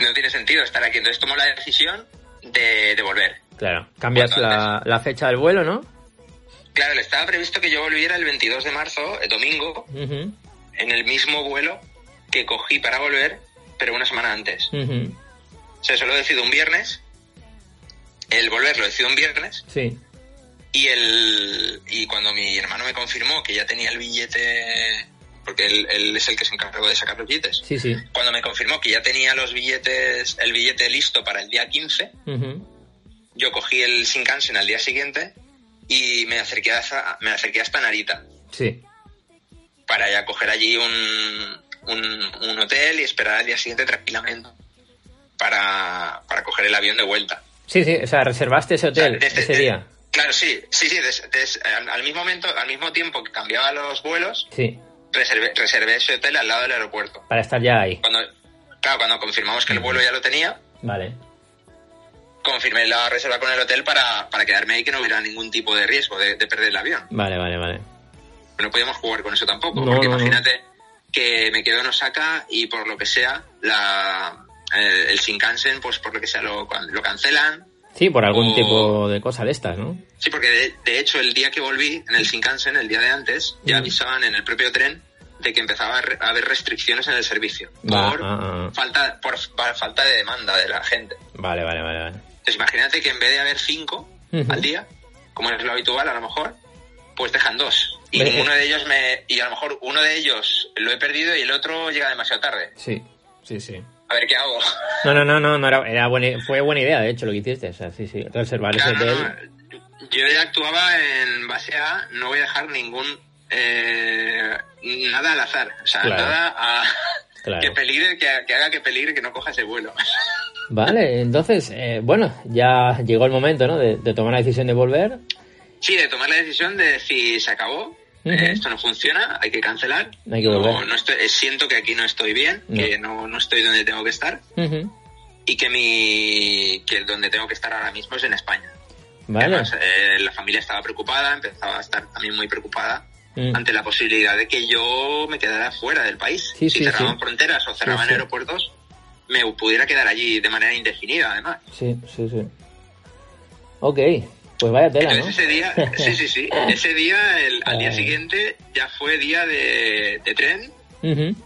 [SPEAKER 2] No tiene sentido estar aquí. Entonces tomo la decisión de, de volver.
[SPEAKER 1] Claro. Cambias
[SPEAKER 2] Cuanto
[SPEAKER 1] la, la fecha del vuelo, ¿no?
[SPEAKER 2] Claro, le estaba previsto que yo volviera el 22 de marzo, el domingo,
[SPEAKER 1] Ujú,
[SPEAKER 2] en el mismo vuelo que cogí para volver, pero una semana antes.
[SPEAKER 1] ujú.
[SPEAKER 2] O sea, eso lo decido un viernes. El volver lo decido un viernes.
[SPEAKER 1] Sí.
[SPEAKER 2] Y el y cuando mi hermano me confirmó que ya tenía el billete, porque él, él es el que se encargó de sacar los billetes,
[SPEAKER 1] Sí, sí.
[SPEAKER 2] cuando me confirmó que ya tenía los billetes, el billete listo para el día 15,
[SPEAKER 1] Ujú.
[SPEAKER 2] yo cogí el Shinkansen al día siguiente y me acerqué hasta, me acerqué hasta Narita
[SPEAKER 1] Sí.
[SPEAKER 2] para ya coger allí un, un, un hotel y esperar al día siguiente tranquilamente para, para coger el avión de vuelta.
[SPEAKER 1] Sí, sí. O sea, reservaste ese hotel
[SPEAKER 2] O sea, desde-
[SPEAKER 1] ese
[SPEAKER 2] de-
[SPEAKER 1] día.
[SPEAKER 2] Claro, sí, sí, sí. des- des- al, al mismo momento, al mismo tiempo que cambiaba los vuelos,
[SPEAKER 1] Sí.
[SPEAKER 2] reservé, reservé ese hotel al lado del aeropuerto.
[SPEAKER 1] Para estar ya ahí.
[SPEAKER 2] Cuando, claro, cuando confirmamos que el vuelo ya lo tenía,
[SPEAKER 1] Vale.
[SPEAKER 2] confirmé la reserva con el hotel para, para quedarme ahí que no hubiera ningún tipo de riesgo de, de perder el avión.
[SPEAKER 1] Vale, vale, vale.
[SPEAKER 2] Pero no podíamos jugar con eso tampoco,
[SPEAKER 1] No,
[SPEAKER 2] porque
[SPEAKER 1] no, no.
[SPEAKER 2] imagínate que me quedo en Osaka y por lo que sea, la, el, el Shinkansen, pues por lo que sea, lo, lo cancelan.
[SPEAKER 1] Sí, por algún
[SPEAKER 2] O-
[SPEAKER 1] tipo de cosa de estas, ¿no?
[SPEAKER 2] Sí, porque de, de hecho el día que volví en el Shinkansen, el día de antes, ya
[SPEAKER 1] Mm.
[SPEAKER 2] avisaban en el propio tren de que empezaba a re- a haber restricciones en el servicio
[SPEAKER 1] Va,
[SPEAKER 2] por,
[SPEAKER 1] ah, ah.
[SPEAKER 2] falta, por fa- falta de demanda de la gente.
[SPEAKER 1] Vale, vale, vale, vale.
[SPEAKER 2] Entonces imagínate que en vez de haber cinco
[SPEAKER 1] Ujú.
[SPEAKER 2] al día, como es lo habitual a lo mejor, pues dejan dos. Y
[SPEAKER 1] Ve- eh.
[SPEAKER 2] uno de ellos me y a lo mejor uno de ellos lo he perdido y el otro llega demasiado tarde.
[SPEAKER 1] Sí, sí, sí.
[SPEAKER 2] A ver qué hago.
[SPEAKER 1] No, no, no, no, no era, era buena, fue buena idea, de hecho, lo que hiciste. O sea, sí, sí. Reservar ese
[SPEAKER 2] Claro, no,
[SPEAKER 1] hotel.
[SPEAKER 2] no. Yo ya actuaba en base a no voy a dejar ningún eh, nada al azar, o sea,
[SPEAKER 1] Claro.
[SPEAKER 2] nada a
[SPEAKER 1] Claro.
[SPEAKER 2] que peligre, que, que haga que peligre que no coja ese vuelo.
[SPEAKER 1] Vale, entonces, eh, bueno, ya llegó el momento, ¿no? De, de tomar la decisión de volver.
[SPEAKER 2] Sí, de tomar la decisión de si se acabó,
[SPEAKER 1] Ujú.
[SPEAKER 2] eh, esto no funciona, hay que cancelar.
[SPEAKER 1] Hay que
[SPEAKER 2] No,
[SPEAKER 1] volver.
[SPEAKER 2] no estoy- eh, siento que aquí no estoy bien,
[SPEAKER 1] No.
[SPEAKER 2] que no, no estoy donde tengo que estar
[SPEAKER 1] Ujú.
[SPEAKER 2] y que mi que donde tengo que estar ahora mismo es en España.
[SPEAKER 1] Vale.
[SPEAKER 2] Además, eh, la familia estaba preocupada, empezaba a estar también muy preocupada
[SPEAKER 1] Mm.
[SPEAKER 2] ante la posibilidad de que yo me quedara fuera del país.
[SPEAKER 1] Sí,
[SPEAKER 2] si
[SPEAKER 1] sí,
[SPEAKER 2] cerraban
[SPEAKER 1] sí.
[SPEAKER 2] fronteras o cerraban
[SPEAKER 1] sí.
[SPEAKER 2] aeropuertos, me pudiera quedar allí de manera indefinida, además.
[SPEAKER 1] Sí, sí, sí. Ok, pues vaya tela, ¿no? Ah.
[SPEAKER 2] Entonces ese
[SPEAKER 1] [LAUGHS]
[SPEAKER 2] día, sí, sí, sí, ese día, el- al día
[SPEAKER 1] Ay.
[SPEAKER 2] siguiente, ya fue día de, de tren
[SPEAKER 1] Ujú.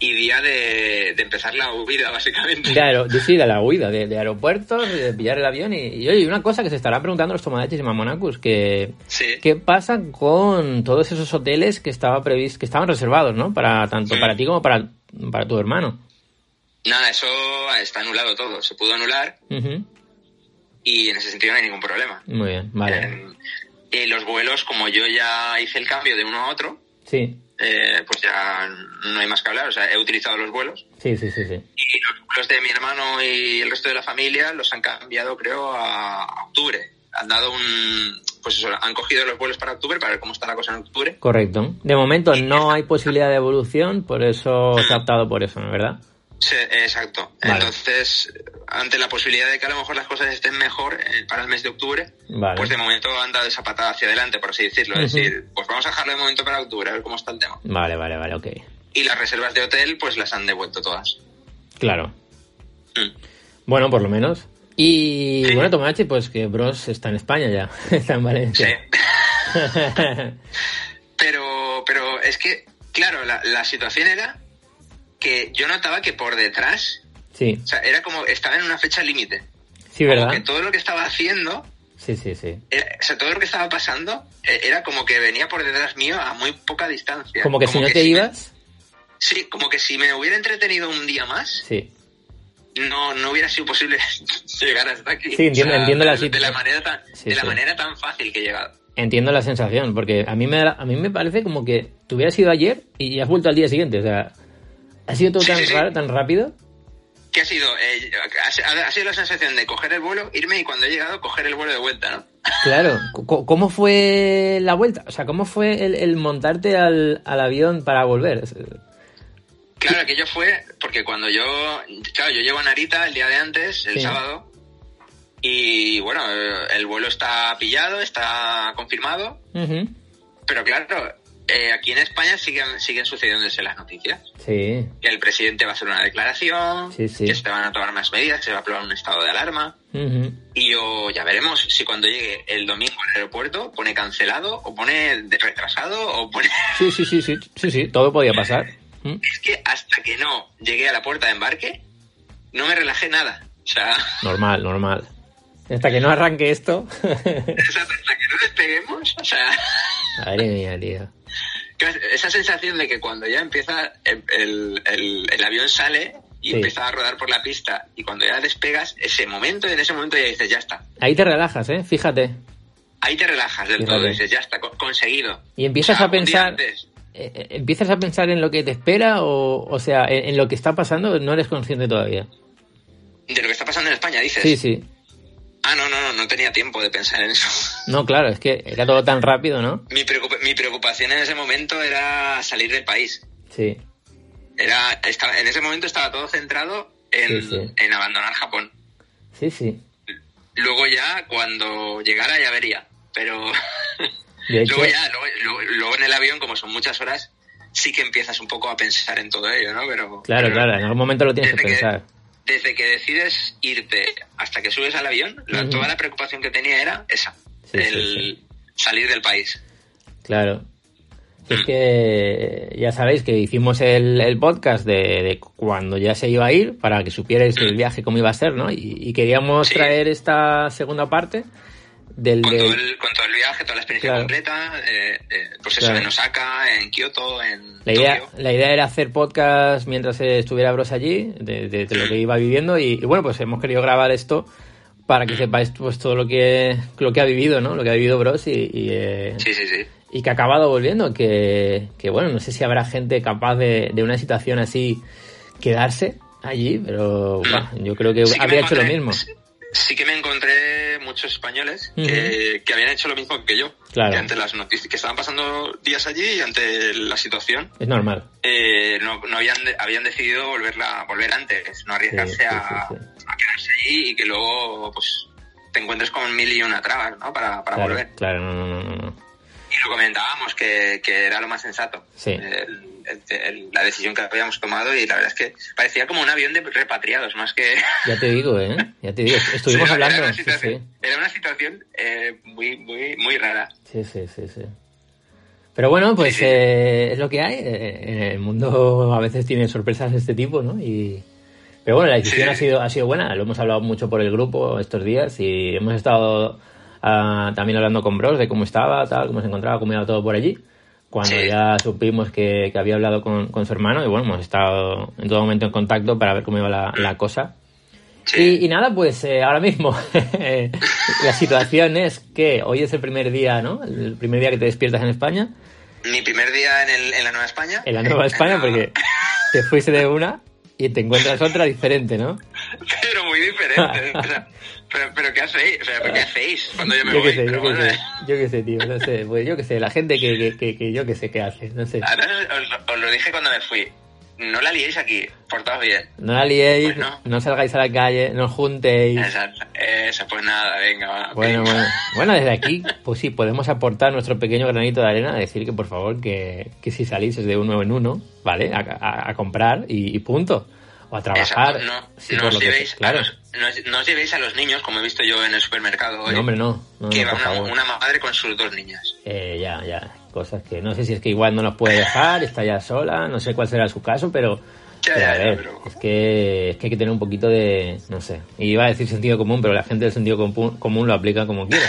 [SPEAKER 2] y día de, de empezar la huida, [LAUGHS] básicamente.
[SPEAKER 1] Claro, de- sí, de la huida, de, de aeropuertos, y de pillar el avión. Y, y oye, una cosa que se estarán preguntando los tomadachis y mamonacus, que
[SPEAKER 2] Sí.
[SPEAKER 1] ¿qué pasa con todos esos hoteles que estaba previs- que estaban reservados, ¿no? Para tanto
[SPEAKER 2] Sí.
[SPEAKER 1] para ti como para, para tu hermano.
[SPEAKER 2] Nada, eso está anulado todo. Se pudo anular
[SPEAKER 1] Ujú.
[SPEAKER 2] y en ese sentido no hay ningún problema.
[SPEAKER 1] Muy bien, vale.
[SPEAKER 2] Eh, y los vuelos, como yo ya hice el cambio de uno a otro,
[SPEAKER 1] Sí,
[SPEAKER 2] eh, pues ya no hay más que hablar. O sea, he utilizado los vuelos.
[SPEAKER 1] sí, sí, sí, sí.
[SPEAKER 2] Y los vuelos de mi hermano y el resto de la familia los han cambiado, creo, a a octubre. Han dado un. Pues eso, han cogido los vuelos para octubre para ver cómo está la cosa en octubre.
[SPEAKER 1] Correcto. De momento no hay posibilidad de evolución, por eso se ha optado por eso, ¿no? ¿verdad?
[SPEAKER 2] Sí, exacto.
[SPEAKER 1] Vale.
[SPEAKER 2] Entonces, ante la posibilidad de que a lo mejor las cosas estén mejor eh, para el mes de octubre,
[SPEAKER 1] Vale.
[SPEAKER 2] pues de momento han dado esa patada hacia adelante, por así decirlo. Es
[SPEAKER 1] Ujú.
[SPEAKER 2] decir, pues vamos a dejarlo de momento para octubre, a ver cómo está el tema.
[SPEAKER 1] Vale, vale, vale, ok.
[SPEAKER 2] Y las reservas de hotel, pues las han devuelto todas.
[SPEAKER 1] Claro.
[SPEAKER 2] Mm.
[SPEAKER 1] Bueno, por lo menos. Y
[SPEAKER 2] Sí.
[SPEAKER 1] bueno, Tomachi, pues que Bros está en España ya, [LAUGHS] está en
[SPEAKER 2] Sí.
[SPEAKER 1] Valencia.
[SPEAKER 2] pero, pero es que, claro, la, la situación era que yo notaba que por detrás,
[SPEAKER 1] Sí,
[SPEAKER 2] o sea, era como estaba en una fecha límite.
[SPEAKER 1] sí,
[SPEAKER 2] Como
[SPEAKER 1] ¿verdad?
[SPEAKER 2] Que todo lo que estaba haciendo,
[SPEAKER 1] Sí, sí, sí.
[SPEAKER 2] era- o sea, todo lo que estaba pasando, eh, era como que venía por detrás mío a muy poca distancia.
[SPEAKER 1] Como que si no te
[SPEAKER 2] me-
[SPEAKER 1] ibas,
[SPEAKER 2] sí, como que si me hubiera entretenido un día más,
[SPEAKER 1] sí.
[SPEAKER 2] no, no hubiera sido posible [LAUGHS] llegar hasta aquí.
[SPEAKER 1] Sí, entiendo- entiendo la
[SPEAKER 2] de- de,
[SPEAKER 1] situación.
[SPEAKER 2] la manera tan,
[SPEAKER 1] Sí,
[SPEAKER 2] de la
[SPEAKER 1] sí.
[SPEAKER 2] manera tan fácil que he llegado.
[SPEAKER 1] Entiendo la sensación, porque a mí me, da- a mí me parece como que te hubieras ido ayer y has vuelto al día siguiente. O sea, ha sido todo
[SPEAKER 2] Sí,
[SPEAKER 1] tan
[SPEAKER 2] sí, sí.
[SPEAKER 1] raro, tan rápido.
[SPEAKER 2] ¿Qué ha sido? Eh, ha, ha sido la sensación de coger el vuelo, irme y cuando he llegado coger el vuelo de vuelta, ¿no?
[SPEAKER 1] Claro, Co- ¿cómo fue la vuelta? O sea, ¿cómo fue el, el montarte al, al avión para volver? Es-
[SPEAKER 2] Claro, aquello fue porque cuando yo, claro, yo llego a Narita el día de antes, el
[SPEAKER 1] Sí.
[SPEAKER 2] sábado, y bueno, eh, el vuelo está pillado, está confirmado,
[SPEAKER 1] Ujú.
[SPEAKER 2] pero claro, eh, aquí en España siguen, siguen sucediéndose las noticias.
[SPEAKER 1] Sí,
[SPEAKER 2] Que el presidente va a hacer una declaración,
[SPEAKER 1] Sí, sí.
[SPEAKER 2] que se van a tomar más medidas, que se va a aprobar un estado de alarma.
[SPEAKER 1] Ujú.
[SPEAKER 2] Y yo ya veremos si cuando llegue el domingo al aeropuerto pone cancelado o pone de- retrasado o pone... [LAUGHS]
[SPEAKER 1] sí, sí, sí, sí, sí, sí, todo podía pasar. Mm.
[SPEAKER 2] Es que hasta que no llegué a la puerta de embarque, no me relajé nada. O sea, [LAUGHS]
[SPEAKER 1] Normal, normal. Hasta que no arranque esto.
[SPEAKER 2] hasta que no despeguemos, o sea...
[SPEAKER 1] [LAUGHS]
[SPEAKER 2] [LAUGHS]
[SPEAKER 1] Madre mía, tío.
[SPEAKER 2] Claro, Esa sensación de que cuando ya empieza el, el- el- el avión sale y
[SPEAKER 1] Sí.
[SPEAKER 2] empieza a rodar por la pista y cuando ya despegas, ese momento, en ese momento ya dices, ya está.
[SPEAKER 1] Ahí te relajas, ¿eh? Fíjate.
[SPEAKER 2] Ahí te relajas del
[SPEAKER 1] Fíjate.
[SPEAKER 2] todo, dices, ya está, co- conseguido.
[SPEAKER 1] Y empiezas
[SPEAKER 2] O
[SPEAKER 1] a
[SPEAKER 2] sea, un día
[SPEAKER 1] pensar...
[SPEAKER 2] antes.
[SPEAKER 1] eh, eh, ¿Empiezas a pensar en lo que te espera o, o sea, en, en lo que está pasando? No eres consciente todavía.
[SPEAKER 2] De lo que está pasando en España, dices.
[SPEAKER 1] Sí, sí.
[SPEAKER 2] Ah, no, no, no, no tenía tiempo de pensar en eso. [LAUGHS]
[SPEAKER 1] No, claro, es que era todo tan rápido, ¿no?
[SPEAKER 2] Mi, preocupa- mi preocupación en ese momento era salir del país.
[SPEAKER 1] Sí.
[SPEAKER 2] Era, estaba, en ese momento estaba todo centrado en,
[SPEAKER 1] Sí, sí.
[SPEAKER 2] en abandonar Japón.
[SPEAKER 1] Sí, sí.
[SPEAKER 2] Luego ya, cuando llegara, ya vería. Pero [LAUGHS]
[SPEAKER 1] De hecho,
[SPEAKER 2] Luego ya, luego, luego- luego en el avión, como son muchas horas, sí que empiezas un poco a pensar en todo ello, ¿no? Pero,
[SPEAKER 1] claro,
[SPEAKER 2] pero
[SPEAKER 1] claro, en algún momento lo tienes que
[SPEAKER 2] desde que-
[SPEAKER 1] pensar.
[SPEAKER 2] Desde que decides irte hasta que subes al avión, la-
[SPEAKER 1] Ujú.
[SPEAKER 2] toda la preocupación que tenía era esa,
[SPEAKER 1] Sí,
[SPEAKER 2] el
[SPEAKER 1] sí,
[SPEAKER 2] salir del país.
[SPEAKER 1] Claro.
[SPEAKER 2] Mm.
[SPEAKER 1] Si Es que ya sabéis que hicimos el, el podcast de, de cuando ya se iba a ir para que supierais el viaje cómo iba a ser, ¿no? Y, y queríamos
[SPEAKER 2] Mm. Sí.
[SPEAKER 1] traer esta segunda parte del
[SPEAKER 2] Con,
[SPEAKER 1] de...
[SPEAKER 2] todo el, con todo el viaje, toda la experiencia
[SPEAKER 1] Claro.
[SPEAKER 2] completa, eh, eh, pues eso,
[SPEAKER 1] Claro.
[SPEAKER 2] en Osaka, en Kioto, en
[SPEAKER 1] La idea,
[SPEAKER 2] Tokio.
[SPEAKER 1] la idea era hacer podcast mientras eh, estuviera Bros allí, de, de- de
[SPEAKER 2] Mm.
[SPEAKER 1] lo que iba viviendo, y, y bueno, pues hemos querido grabar esto para
[SPEAKER 2] Mm.
[SPEAKER 1] que sepáis pues todo lo que, lo que ha vivido, ¿no? Lo que ha vivido Bros y, y, eh,
[SPEAKER 2] Sí, sí, sí.
[SPEAKER 1] y que ha acabado volviendo, que, que bueno, no sé si habrá gente capaz de, de una situación así quedarse allí, pero buah, yo creo que
[SPEAKER 2] Sí que me
[SPEAKER 1] habría hecho lo
[SPEAKER 2] encontré-
[SPEAKER 1] mismo.
[SPEAKER 2] Sí, sí que me encontré muchos españoles
[SPEAKER 1] Ujú.
[SPEAKER 2] que, que habían hecho lo mismo que yo.
[SPEAKER 1] Claro.
[SPEAKER 2] Que ante las noticias que estaban pasando días allí y ante la situación,
[SPEAKER 1] Es normal.
[SPEAKER 2] eh, no, no habían, de- habían decidido volverla, volver antes, no arriesgarse
[SPEAKER 1] Sí, sí,
[SPEAKER 2] a,
[SPEAKER 1] sí,
[SPEAKER 2] a quedarse allí y que luego pues te encuentres con mil y una trabas, ¿no? Para, para
[SPEAKER 1] Claro,
[SPEAKER 2] volver.
[SPEAKER 1] claro, no, no, no, no.
[SPEAKER 2] Y lo comentábamos que, que era lo más sensato.
[SPEAKER 1] Sí.
[SPEAKER 2] El- el- el- la decisión que habíamos tomado y la verdad es que parecía como un avión de repatriados, más que...
[SPEAKER 1] Ya te digo, ¿eh? Ya te digo, [LAUGHS] estuvimos
[SPEAKER 2] Sí, [LAUGHS] era-
[SPEAKER 1] hablando.
[SPEAKER 2] Era una
[SPEAKER 1] sí,
[SPEAKER 2] situación,
[SPEAKER 1] sí.
[SPEAKER 2] era una situación, eh, muy, muy, muy rara.
[SPEAKER 1] Sí, sí, sí, sí. Pero bueno, pues
[SPEAKER 2] Sí, sí.
[SPEAKER 1] eh, es lo que hay. Eh, En el mundo [LAUGHS] a veces tiene sorpresas de este tipo, ¿no? Y, pero bueno, la decisión
[SPEAKER 2] Sí.
[SPEAKER 1] ha, sido, ha sido buena. Lo hemos hablado mucho por el grupo estos días y hemos estado ah, también hablando con Bros de cómo estaba, tal, cómo se encontraba, cómo iba todo por allí. Cuando
[SPEAKER 2] Sí.
[SPEAKER 1] ya supimos que, que había hablado con, con su hermano y bueno, hemos estado en todo momento en contacto para ver cómo iba la, la cosa.
[SPEAKER 2] Sí.
[SPEAKER 1] Y, y nada, pues eh, ahora mismo [LAUGHS] eh, la situación es que hoy es el primer día, ¿no? El primer día que te despiertas en España,
[SPEAKER 2] Mi primer día en, el- en la Nueva España.
[SPEAKER 1] en la
[SPEAKER 2] [LAUGHS]
[SPEAKER 1] Nueva España, porque te fuiste de una y te encuentras otra diferente, ¿no?
[SPEAKER 2] Pero muy diferente. o sea, pero, pero ¿qué hacéis? O sea, ¿pero ¿qué hacéis cuando yo me
[SPEAKER 1] Ah. Yo
[SPEAKER 2] voy?
[SPEAKER 1] qué sé, yo
[SPEAKER 2] Pero
[SPEAKER 1] qué
[SPEAKER 2] bueno,
[SPEAKER 1] sé,
[SPEAKER 2] eh,
[SPEAKER 1] yo qué sé, tío, no sé, pues yo qué sé, la gente que, que, que, que yo qué sé qué hace, no sé.
[SPEAKER 2] ahora os, lo- os lo dije cuando me fui. No la liéis aquí, portaos bien.
[SPEAKER 1] No la liéis,
[SPEAKER 2] Bueno. Eh,
[SPEAKER 1] no salgáis a la calle, no os juntéis.
[SPEAKER 2] Exacto. Eso, pues nada, venga, va.
[SPEAKER 1] Bueno,
[SPEAKER 2] venga.
[SPEAKER 1] bueno. Bueno, desde aquí, pues sí, podemos aportar nuestro pequeño granito de arena, decir que por favor, que, que si salís es de uno en uno, ¿vale? A, a- a comprar y, y punto. O a trabajar.
[SPEAKER 2] Exacto, No,
[SPEAKER 1] sí,
[SPEAKER 2] no
[SPEAKER 1] por
[SPEAKER 2] os
[SPEAKER 1] lo que-
[SPEAKER 2] llevéis,
[SPEAKER 1] claro.
[SPEAKER 2] a los, no os- no os llevéis a los niños, como he visto yo en el supermercado hoy.
[SPEAKER 1] No, hombre, no. no,
[SPEAKER 2] que
[SPEAKER 1] no,
[SPEAKER 2] va
[SPEAKER 1] por
[SPEAKER 2] una,
[SPEAKER 1] favor.
[SPEAKER 2] una madre con sus dos niñas.
[SPEAKER 1] Eh, ya, ya. Cosas que no sé si es que igual no nos puede dejar, está ya sola, no sé cuál será su caso, pero.
[SPEAKER 2] Ya,
[SPEAKER 1] pero a
[SPEAKER 2] ya, ya,
[SPEAKER 1] ver,
[SPEAKER 2] pero-
[SPEAKER 1] es, que, es que hay que tener un poquito de. No sé. Iba a decir sentido común, pero la gente del sentido compu- común lo aplica como
[SPEAKER 2] [LAUGHS]
[SPEAKER 1] quiera.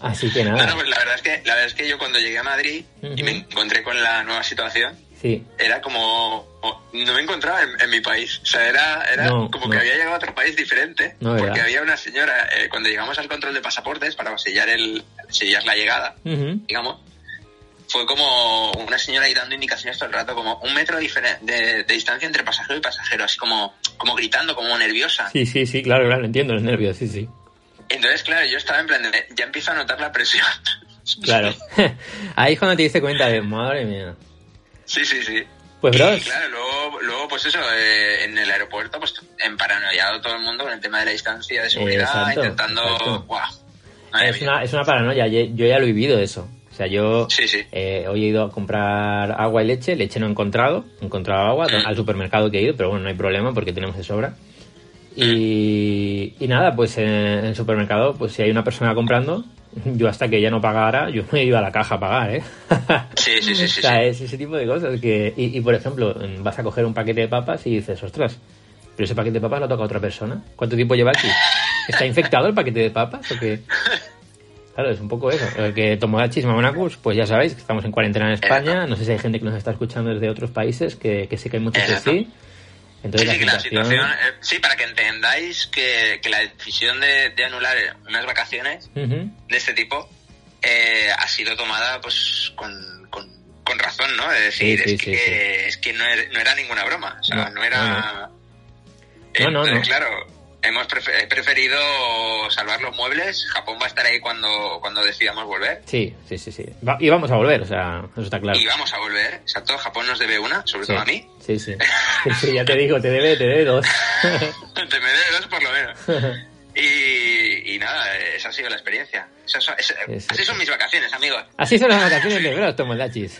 [SPEAKER 1] Así que
[SPEAKER 2] No, no,
[SPEAKER 1] nada.
[SPEAKER 2] pues la verdad es que la verdad es que yo cuando llegué a Madrid y
[SPEAKER 1] Ujú.
[SPEAKER 2] me encontré con la nueva situación
[SPEAKER 1] Sí,
[SPEAKER 2] era como o- no me encontraba en, en mi país o sea era, era
[SPEAKER 1] No,
[SPEAKER 2] como
[SPEAKER 1] no.
[SPEAKER 2] que había llegado a otro país diferente
[SPEAKER 1] No,
[SPEAKER 2] porque
[SPEAKER 1] ¿verdad?
[SPEAKER 2] había una señora eh, cuando llegamos al control de pasaportes para sellar el sellar la llegada
[SPEAKER 1] Ujú.
[SPEAKER 2] digamos fue como una señora ahí dando indicaciones todo el rato como un metro diferen- de, de distancia entre pasajero y pasajero así como como gritando como nerviosa
[SPEAKER 1] Sí, sí, sí, claro, claro, entiendo los nervios, sí, sí.
[SPEAKER 2] entonces claro yo estaba en plan de, ya empiezo a notar la presión [LAUGHS]
[SPEAKER 1] Claro. [LAUGHS] Ahí es cuando te diste cuenta de, madre mía.
[SPEAKER 2] sí sí sí
[SPEAKER 1] Pues,
[SPEAKER 2] Y,
[SPEAKER 1] bros,
[SPEAKER 2] claro, luego, luego pues eso, eh, en el aeropuerto, pues emparanoiado todo el mundo con el tema de la distancia de seguridad,
[SPEAKER 1] Exacto,
[SPEAKER 2] intentando...
[SPEAKER 1] exacto.
[SPEAKER 2] ¡Guau! Madre
[SPEAKER 1] es
[SPEAKER 2] mía.
[SPEAKER 1] una, es una paranoia, ye- yo ya lo he vivido eso. O sea, yo
[SPEAKER 2] Sí, sí.
[SPEAKER 1] eh, hoy he ido a comprar agua y leche, leche no he encontrado, he encontrado agua
[SPEAKER 2] Mm.
[SPEAKER 1] al supermercado que he ido, pero bueno, no hay problema porque tenemos de sobra.
[SPEAKER 2] Mm.
[SPEAKER 1] Y, y nada, pues en, en el supermercado, pues si hay una persona comprando, yo hasta que ella no pagara, yo me iba a la caja a pagar, ¿eh? [LAUGHS]
[SPEAKER 2] Sí, sí, sí, sí.
[SPEAKER 1] o sea,
[SPEAKER 2] sí.
[SPEAKER 1] es ese tipo de cosas que... Y, y, por ejemplo, vas a coger un paquete de papas y dices, ostras, pero ese paquete de papas lo toca otra persona. ¿Cuánto tiempo lleva aquí? ¿Está infectado el paquete de papas o qué? Claro, es un poco eso. Eh, Que Tomodachi Mamonacus, pues ya sabéis que estamos en cuarentena en España. No sé si hay gente que nos está escuchando desde otros países, que, que sé que hay muchos que sí. Entonces,
[SPEAKER 2] sí, sí, que la situación, eh, sí, para que entendáis que, que la decisión de, de anular unas vacaciones
[SPEAKER 1] Ujú.
[SPEAKER 2] de este tipo eh, ha sido tomada pues con, con- con razón, ¿no? Es decir,
[SPEAKER 1] Sí, sí,
[SPEAKER 2] es,
[SPEAKER 1] sí,
[SPEAKER 2] que, es que no, er- no era ninguna broma, o sea,
[SPEAKER 1] No,
[SPEAKER 2] no, era...
[SPEAKER 1] no, no.
[SPEAKER 2] Entonces, claro, hemos prefe- he preferido salvar los muebles, Japón va a estar ahí cuando, cuando decidamos volver.
[SPEAKER 1] Sí, sí, sí, sí. Va- y vamos a volver, o sea, eso está claro.
[SPEAKER 2] Y vamos a volver, exacto, Japón nos debe una, sobre
[SPEAKER 1] Sí,
[SPEAKER 2] todo a mí. [LAUGHS]
[SPEAKER 1] sí, sí. [LAUGHS] Sí, ya te digo, te debe, te debe dos.
[SPEAKER 2] Te me debe dos por lo menos.
[SPEAKER 1] [LAUGHS]
[SPEAKER 2] Y, y nada, esa ha sido la experiencia. Esas son- es-
[SPEAKER 1] Sí, sí,
[SPEAKER 2] así son mis vacaciones, amigos.
[SPEAKER 1] Así son las vacaciones de veros, Tomodachis.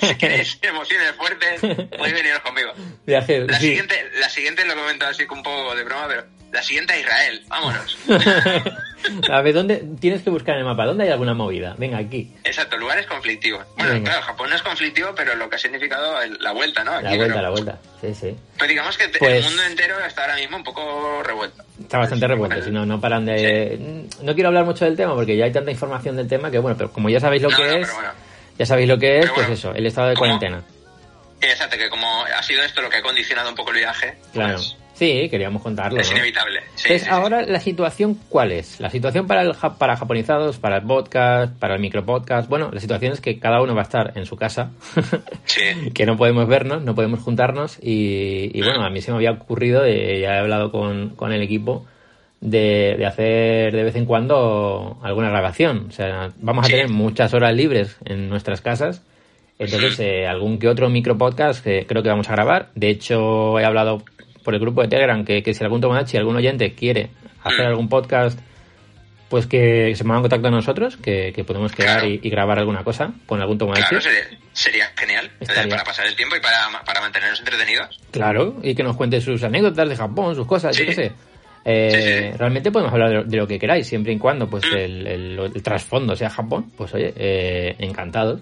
[SPEAKER 2] si [LAUGHS] queréis emociones fuertes, podéis veniros conmigo.
[SPEAKER 1] Viaje,
[SPEAKER 2] La
[SPEAKER 1] sí.
[SPEAKER 2] siguiente, la siguiente lo comento así con un poco de broma, pero la siguiente a Israel, vámonos.
[SPEAKER 1] [LAUGHS] a ver, ¿dónde tienes que buscar en el mapa? ¿Dónde hay alguna movida? Venga, aquí.
[SPEAKER 2] Exacto, lugares conflictivos. Bueno,
[SPEAKER 1] Venga.
[SPEAKER 2] claro, Japón no es conflictivo, pero lo que ha significado el- la vuelta, ¿no?
[SPEAKER 1] La
[SPEAKER 2] Aquí,
[SPEAKER 1] vuelta,
[SPEAKER 2] pero-
[SPEAKER 1] la vuelta. Sí, sí.
[SPEAKER 2] Pero digamos que te-
[SPEAKER 1] Pues-
[SPEAKER 2] el mundo entero está ahora mismo un poco revuelto.
[SPEAKER 1] Está bastante revuelto, si no, no paran de... No quiero hablar mucho del tema porque ya hay tanta información del tema que, bueno, pero como ya sabéis lo
[SPEAKER 2] No,
[SPEAKER 1] que
[SPEAKER 2] no,
[SPEAKER 1] es,
[SPEAKER 2] pero bueno.
[SPEAKER 1] ya sabéis lo que es,
[SPEAKER 2] Pero
[SPEAKER 1] pues
[SPEAKER 2] bueno,
[SPEAKER 1] eso, el estado de
[SPEAKER 2] ¿cómo?
[SPEAKER 1] cuarentena.
[SPEAKER 2] Exacto, que como ha sido esto lo que ha condicionado un poco el viaje,
[SPEAKER 1] Claro.
[SPEAKER 2] pues,
[SPEAKER 1] Sí, queríamos contarlo.
[SPEAKER 2] es
[SPEAKER 1] ¿no?
[SPEAKER 2] inevitable. Sí,
[SPEAKER 1] Entonces,
[SPEAKER 2] sí, sí.
[SPEAKER 1] ahora la situación, ¿cuál es? La situación para, el, ja- para japonizados, para el podcast, para el micropodcast. Bueno, la situación es que cada uno va a estar en su casa,
[SPEAKER 2] Sí.
[SPEAKER 1] que no podemos vernos, no podemos juntarnos. Y, y bueno, a mí se me había ocurrido, de- ya he hablado con, con el equipo, de, de hacer de vez en cuando alguna grabación. O sea, vamos a
[SPEAKER 2] Sí.
[SPEAKER 1] tener muchas horas libres en nuestras casas. Entonces, eh, algún que otro micropodcast que creo que vamos a grabar. De hecho, he hablado por el grupo de Telegram que, que si algún tomodachi, algún oyente quiere hacer
[SPEAKER 2] Mm.
[SPEAKER 1] algún podcast, pues que se ponga en contacto con nosotros, que, que podemos quedar y, y grabar alguna cosa con algún tomodachi.
[SPEAKER 2] Claro, sería, sería genial eh,
[SPEAKER 1] Estaría.
[SPEAKER 2] para pasar el tiempo y para, ma- para mantenernos entretenidos.
[SPEAKER 1] Claro, y que nos cuente sus anécdotas de Japón, sus cosas,
[SPEAKER 2] Sí.
[SPEAKER 1] yo qué sé. Eh,
[SPEAKER 2] Sí, Mm. sí.
[SPEAKER 1] Realmente podemos hablar de lo, de lo que queráis, siempre y cuando pues el, el- el trasfondo sea Japón, pues oye, eh, encantados.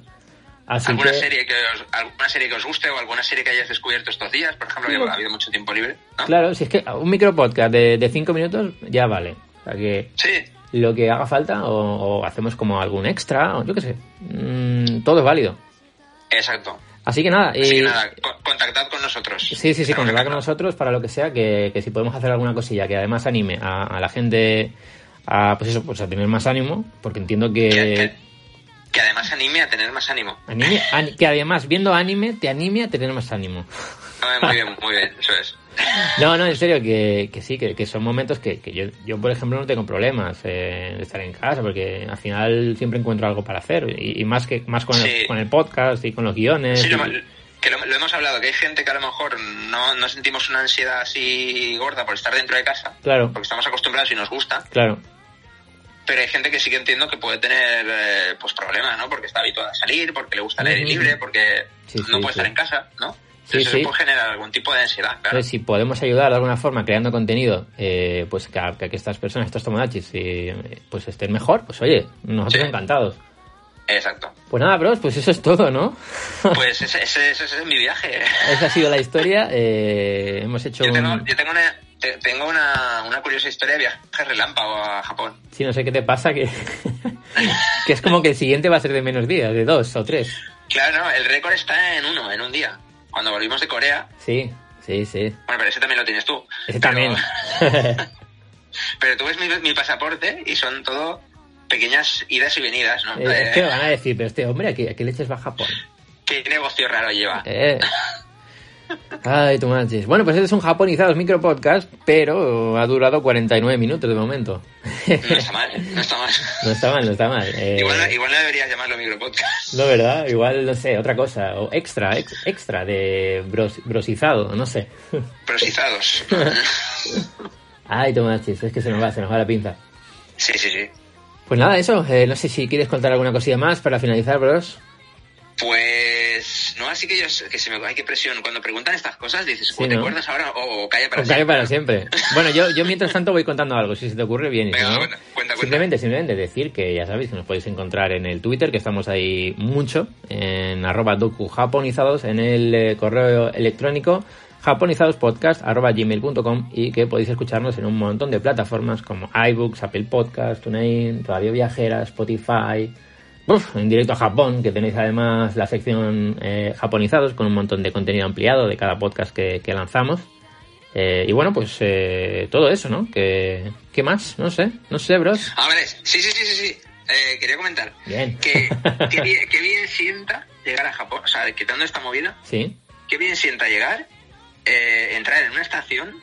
[SPEAKER 1] Así
[SPEAKER 2] ¿Alguna,
[SPEAKER 1] que,
[SPEAKER 2] serie que os, ¿Alguna serie que os guste o alguna serie que hayáis descubierto estos días? Por ejemplo, que ha habido mucho tiempo libre, ¿no?
[SPEAKER 1] claro, si es que un micropodcast de, de cinco minutos ya vale. O sea que
[SPEAKER 2] Sí,
[SPEAKER 1] lo que haga falta o, o hacemos como algún extra, o yo qué sé. Mm, todo es válido.
[SPEAKER 2] exacto.
[SPEAKER 1] Así que nada,
[SPEAKER 2] Así
[SPEAKER 1] y-
[SPEAKER 2] que nada, co- contactad con nosotros.
[SPEAKER 1] Sí,
[SPEAKER 2] [LAUGHS]
[SPEAKER 1] sí, sí,
[SPEAKER 2] Nos
[SPEAKER 1] contactad con
[SPEAKER 2] encanta.
[SPEAKER 1] nosotros para lo que sea, que, que si podemos hacer alguna cosilla que además anime a, a la gente a, pues eso, pues a tener más ánimo, porque entiendo que...
[SPEAKER 2] Que- Que además anime a tener más ánimo.
[SPEAKER 1] anime- ani- que además viendo anime te anime a tener más ánimo.
[SPEAKER 2] Ah, Muy
[SPEAKER 1] [LAUGHS]
[SPEAKER 2] bien, muy bien, eso es.
[SPEAKER 1] No, no, en serio, que, que sí, que, que son momentos que, que yo, yo, por ejemplo, no tengo problemas eh, de estar en casa, porque al final siempre encuentro algo para hacer, y, y más que más con,
[SPEAKER 2] Sí.
[SPEAKER 1] el, con el podcast y con los guiones.
[SPEAKER 2] Sí,
[SPEAKER 1] y-
[SPEAKER 2] lo, que lo, lo hemos hablado, que hay gente que a lo mejor no, no sentimos una ansiedad así gorda por estar dentro de casa,
[SPEAKER 1] Claro,
[SPEAKER 2] porque estamos acostumbrados y nos gusta,
[SPEAKER 1] claro.
[SPEAKER 2] pero hay gente que sí que entiendo que puede tener eh, pues problemas, ¿no? Porque está habituada a salir, porque le gusta el aire
[SPEAKER 1] Ujú.
[SPEAKER 2] libre, porque
[SPEAKER 1] Sí,
[SPEAKER 2] no
[SPEAKER 1] sí,
[SPEAKER 2] puede
[SPEAKER 1] sí.
[SPEAKER 2] estar en casa, ¿no?
[SPEAKER 1] Sí,
[SPEAKER 2] Entonces
[SPEAKER 1] sí. Pues
[SPEAKER 2] eso puede generar algún tipo de ansiedad, claro.
[SPEAKER 1] Entonces, si podemos ayudar de alguna forma creando contenido, eh, pues que, a- que a que estas personas, estos tomodachis, eh, pues estén mejor, pues oye, nosotros
[SPEAKER 2] Sí.
[SPEAKER 1] encantados. [LAUGHS]
[SPEAKER 2] Exacto.
[SPEAKER 1] Pues nada, bros, pues eso es todo, ¿no?
[SPEAKER 2] Pues ese, ese- ese- ese es mi viaje. ¿eh?
[SPEAKER 1] Esa ha sido la historia. eh, hemos hecho
[SPEAKER 2] Yo tengo,
[SPEAKER 1] un...
[SPEAKER 2] yo tengo una... te- Tengo una, una curiosa historia de viaje relámpago a Japón.
[SPEAKER 1] Sí, no sé qué te pasa, que... [LAUGHS] que es como que el siguiente va a ser de menos días, de dos o tres.
[SPEAKER 2] Claro, no, el récord está en uno, en un día. Cuando volvimos de Corea,
[SPEAKER 1] Sí, sí, sí.
[SPEAKER 2] Bueno, pero ese también lo tienes tú.
[SPEAKER 1] Ese
[SPEAKER 2] Pero-
[SPEAKER 1] también.
[SPEAKER 2] [LAUGHS] Pero tú ves mi, mi pasaporte y son todo pequeñas idas y venidas, ¿no?
[SPEAKER 1] Eh,
[SPEAKER 2] Eh,
[SPEAKER 1] es que van a decir, pero este hombre, ¿a qué, a qué leches va a Japón?
[SPEAKER 2] ¿Qué negocio raro lleva?
[SPEAKER 1] Eh. Ay, tú manches. Bueno, pues este es un japonizados micropodcast, pero ha durado 49 minutos de momento.
[SPEAKER 2] No está mal, no está mal.
[SPEAKER 1] no está mal, no está mal. Eh,
[SPEAKER 2] Igual, igual no deberías llamarlo micropodcast.
[SPEAKER 1] No, ¿verdad? Igual, no sé, otra cosa. O extra, ex- extra de bros- brosizado, no sé. [LAUGHS]
[SPEAKER 2] Prosizados.
[SPEAKER 1] Ay, tú manches, es que se nos va, se nos va la pinza.
[SPEAKER 2] Sí, sí, sí.
[SPEAKER 1] Pues nada, eso. eh, no sé si quieres contar alguna cosilla más para finalizar, bros.
[SPEAKER 2] Pues no, así que yo sé que se me hay que presión. Cuando preguntan estas cosas dices,
[SPEAKER 1] Sí,
[SPEAKER 2] ¿te
[SPEAKER 1] ¿no?
[SPEAKER 2] acuerdas ahora? O, o calla para
[SPEAKER 1] Os cae
[SPEAKER 2] siempre.
[SPEAKER 1] para siempre. Bueno, yo, yo mientras tanto voy contando algo, si se te ocurre bien. y si
[SPEAKER 2] Venga,
[SPEAKER 1] no,
[SPEAKER 2] bueno, cuenta, cuenta.
[SPEAKER 1] Simplemente, simplemente decir que ya sabéis que nos podéis encontrar en el Twitter, que estamos ahí mucho, en arroba docujaponizados, en el eh, correo electrónico japonizadospodcast arroba gmail.com y que podéis escucharnos en un montón de plataformas como iBooks, Apple Podcast, TuneIn, Radio Viajera, Spotify, Uf, en directo a Japón, que tenéis además la sección eh, japonizados con un montón de contenido ampliado de cada podcast que, que lanzamos. Eh, y bueno, pues eh, todo eso, ¿no? ¿Qué, ¿Qué más? No sé, no sé, bros.
[SPEAKER 2] Ah, vale. Sí, sí, sí, sí, sí. Eh, quería comentar
[SPEAKER 1] Bien. [LAUGHS]
[SPEAKER 2] que qué bien, qué bien sienta llegar a Japón, o sea, quitando esta movida,
[SPEAKER 1] Sí,
[SPEAKER 2] qué bien sienta llegar, eh, entrar en una estación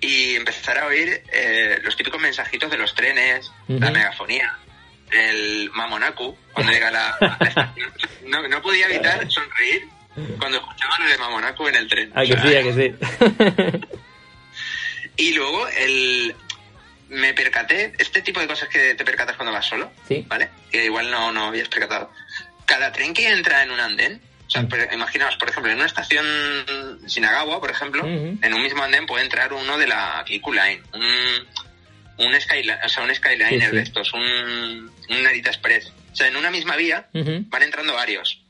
[SPEAKER 2] y empezar a oír eh, los típicos mensajitos de los trenes, la
[SPEAKER 1] Ujú.
[SPEAKER 2] megafonía, el mamonaku, cuando llega la,
[SPEAKER 1] [LAUGHS]
[SPEAKER 2] la estación. No, no podía evitar sonreír cuando escuchaba lo de mamonaku en el tren.
[SPEAKER 1] ah, que
[SPEAKER 2] O sea,
[SPEAKER 1] sí, ah, que sí.
[SPEAKER 2] y luego el me percaté, este tipo de cosas que te percatas cuando vas solo,
[SPEAKER 1] [LAUGHS] Sí.
[SPEAKER 2] ¿vale? Que igual no, no habías percatado. Cada tren que entra en un andén, o sea,
[SPEAKER 1] Mm.
[SPEAKER 2] por- imaginaos, por ejemplo, en una estación Shinagawa, por ejemplo,
[SPEAKER 1] Ujú.
[SPEAKER 2] en un mismo andén puede entrar uno de la Kiku Line, un, un Skyline, o sea, un Skyliner
[SPEAKER 1] sí.
[SPEAKER 2] de estos, un, un Narita Express. O sea, en una misma vía
[SPEAKER 1] Ujú,
[SPEAKER 2] van entrando varios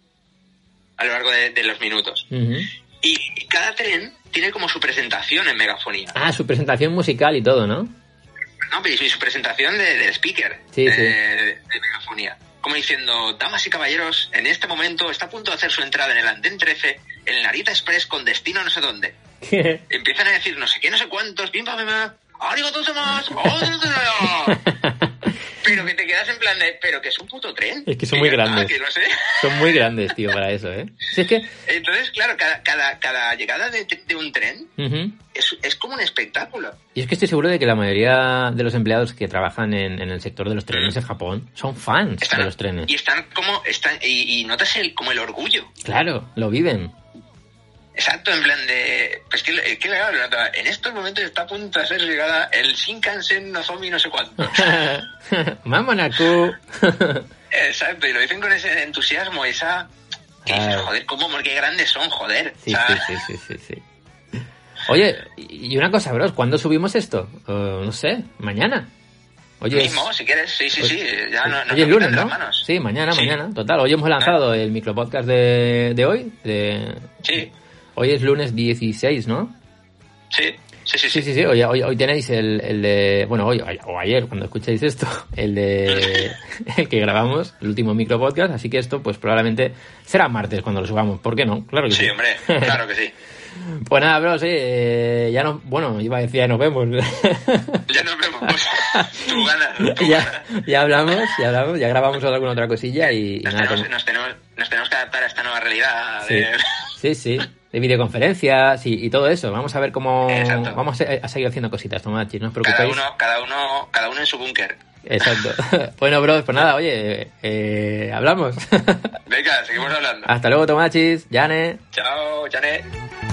[SPEAKER 2] a lo largo de, de los minutos.
[SPEAKER 1] ujú.
[SPEAKER 2] Y cada tren tiene como su presentación en megafonía.
[SPEAKER 1] Ah, su presentación musical y todo, ¿no?
[SPEAKER 2] No, pero y su presentación de- del speaker
[SPEAKER 1] Sí,
[SPEAKER 2] de,
[SPEAKER 1] sí.
[SPEAKER 2] de megafonía. Como diciendo, damas y caballeros, en este momento está a punto de hacer su entrada en el andén 13, en el Narita Express con destino no sé dónde. Empiezan a decir no sé qué, no sé cuántos, bim, bam, bim, bam, arigatou
[SPEAKER 1] [LAUGHS]
[SPEAKER 2] gozaimasu, arigatou. Pero que te quedas en plan de, pero que es un puto tren.
[SPEAKER 1] Es que son muy
[SPEAKER 2] Y yo, "Ah,
[SPEAKER 1] grandes".
[SPEAKER 2] que lo sé.
[SPEAKER 1] [LAUGHS] Son muy grandes, tío, para eso, ¿eh? Si es que...
[SPEAKER 2] Entonces, claro, cada, cada, cada llegada de, de un tren
[SPEAKER 1] ujú.
[SPEAKER 2] es, es como un espectáculo.
[SPEAKER 1] Y es que estoy seguro de que la mayoría de los empleados que trabajan en, en el sector de los trenes en Japón son fans de los
[SPEAKER 2] Y
[SPEAKER 1] trenes.
[SPEAKER 2] están como, están, y, y notas el, como el orgullo.
[SPEAKER 1] Claro, lo viven. [LAUGHS]
[SPEAKER 2] Exacto, en plan de. Pues que, le- que le hablo, ¿no? En estos momentos está a punto de ser llegada el Shinkansen Nozomi no
[SPEAKER 1] [LAUGHS]
[SPEAKER 2] sé cuánto.
[SPEAKER 1] Mamonaku.
[SPEAKER 2] Exacto, y lo dicen con ese entusiasmo, esa. Que dices,
[SPEAKER 1] Claro.
[SPEAKER 2] joder, cómo, qué grandes son, joder.
[SPEAKER 1] Sí,
[SPEAKER 2] O sea,
[SPEAKER 1] sí, sí, sí, sí, sí. Oye, y una cosa, bros, ¿cuándo subimos esto? Eh, no sé, mañana. Oye, es-
[SPEAKER 2] mismo, si quieres, sí, sí,
[SPEAKER 1] hoy-
[SPEAKER 2] sí, ya no, no
[SPEAKER 1] hoy es lunes,
[SPEAKER 2] nos quitan de las
[SPEAKER 1] ¿no?
[SPEAKER 2] manos. Ah.
[SPEAKER 1] Sí, mañana, mañana. Total, hoy hemos lanzado el micropodcast de, de hoy. de-
[SPEAKER 2] Sí,
[SPEAKER 1] Hoy es lunes 16, ¿no?
[SPEAKER 2] sí, sí, sí,
[SPEAKER 1] Sí,
[SPEAKER 2] sí.
[SPEAKER 1] sí, sí. Hoy, hoy, hoy tenéis el, el de. Bueno, hoy o ayer, cuando escuchéis esto, [LAUGHS] el de. [LAUGHS] El que grabamos, el último micro podcast. Así que esto, pues probablemente será martes cuando lo subamos. ¿Por qué no? Claro que sí.
[SPEAKER 2] Sí, hombre, claro
[SPEAKER 1] [LAUGHS]
[SPEAKER 2] que sí.
[SPEAKER 1] Pues nada, bro, sí. eh, ya nos. Bueno, iba a decir, ya nos vemos. [LAUGHS]
[SPEAKER 2] Ya nos vemos. tú ganas, tú
[SPEAKER 1] [LAUGHS] ya,
[SPEAKER 2] ganas.
[SPEAKER 1] ya hablamos, ya hablamos, ya grabamos alguna otra cosilla y, y
[SPEAKER 2] Nos
[SPEAKER 1] nada.
[SPEAKER 2] tenemos,
[SPEAKER 1] como-
[SPEAKER 2] nos, tenemos, nos tenemos que adaptar a esta nueva realidad.
[SPEAKER 1] Sí.
[SPEAKER 2] de-
[SPEAKER 1] Sí, sí. De videoconferencias y, y todo eso. Vamos a ver cómo.
[SPEAKER 2] Exacto.
[SPEAKER 1] Vamos a, a seguir haciendo cositas, Tomachi, no os preocupéis.
[SPEAKER 2] cada, uno, cada, uno, cada uno en su búnker.
[SPEAKER 1] Exacto. [LAUGHS] bueno, bro, pues nada, oye, eh, hablamos. [LAUGHS] Ah.
[SPEAKER 2] Venga, seguimos hablando.
[SPEAKER 1] Hasta luego, Tomachis, Yane.
[SPEAKER 2] Chao, Janet.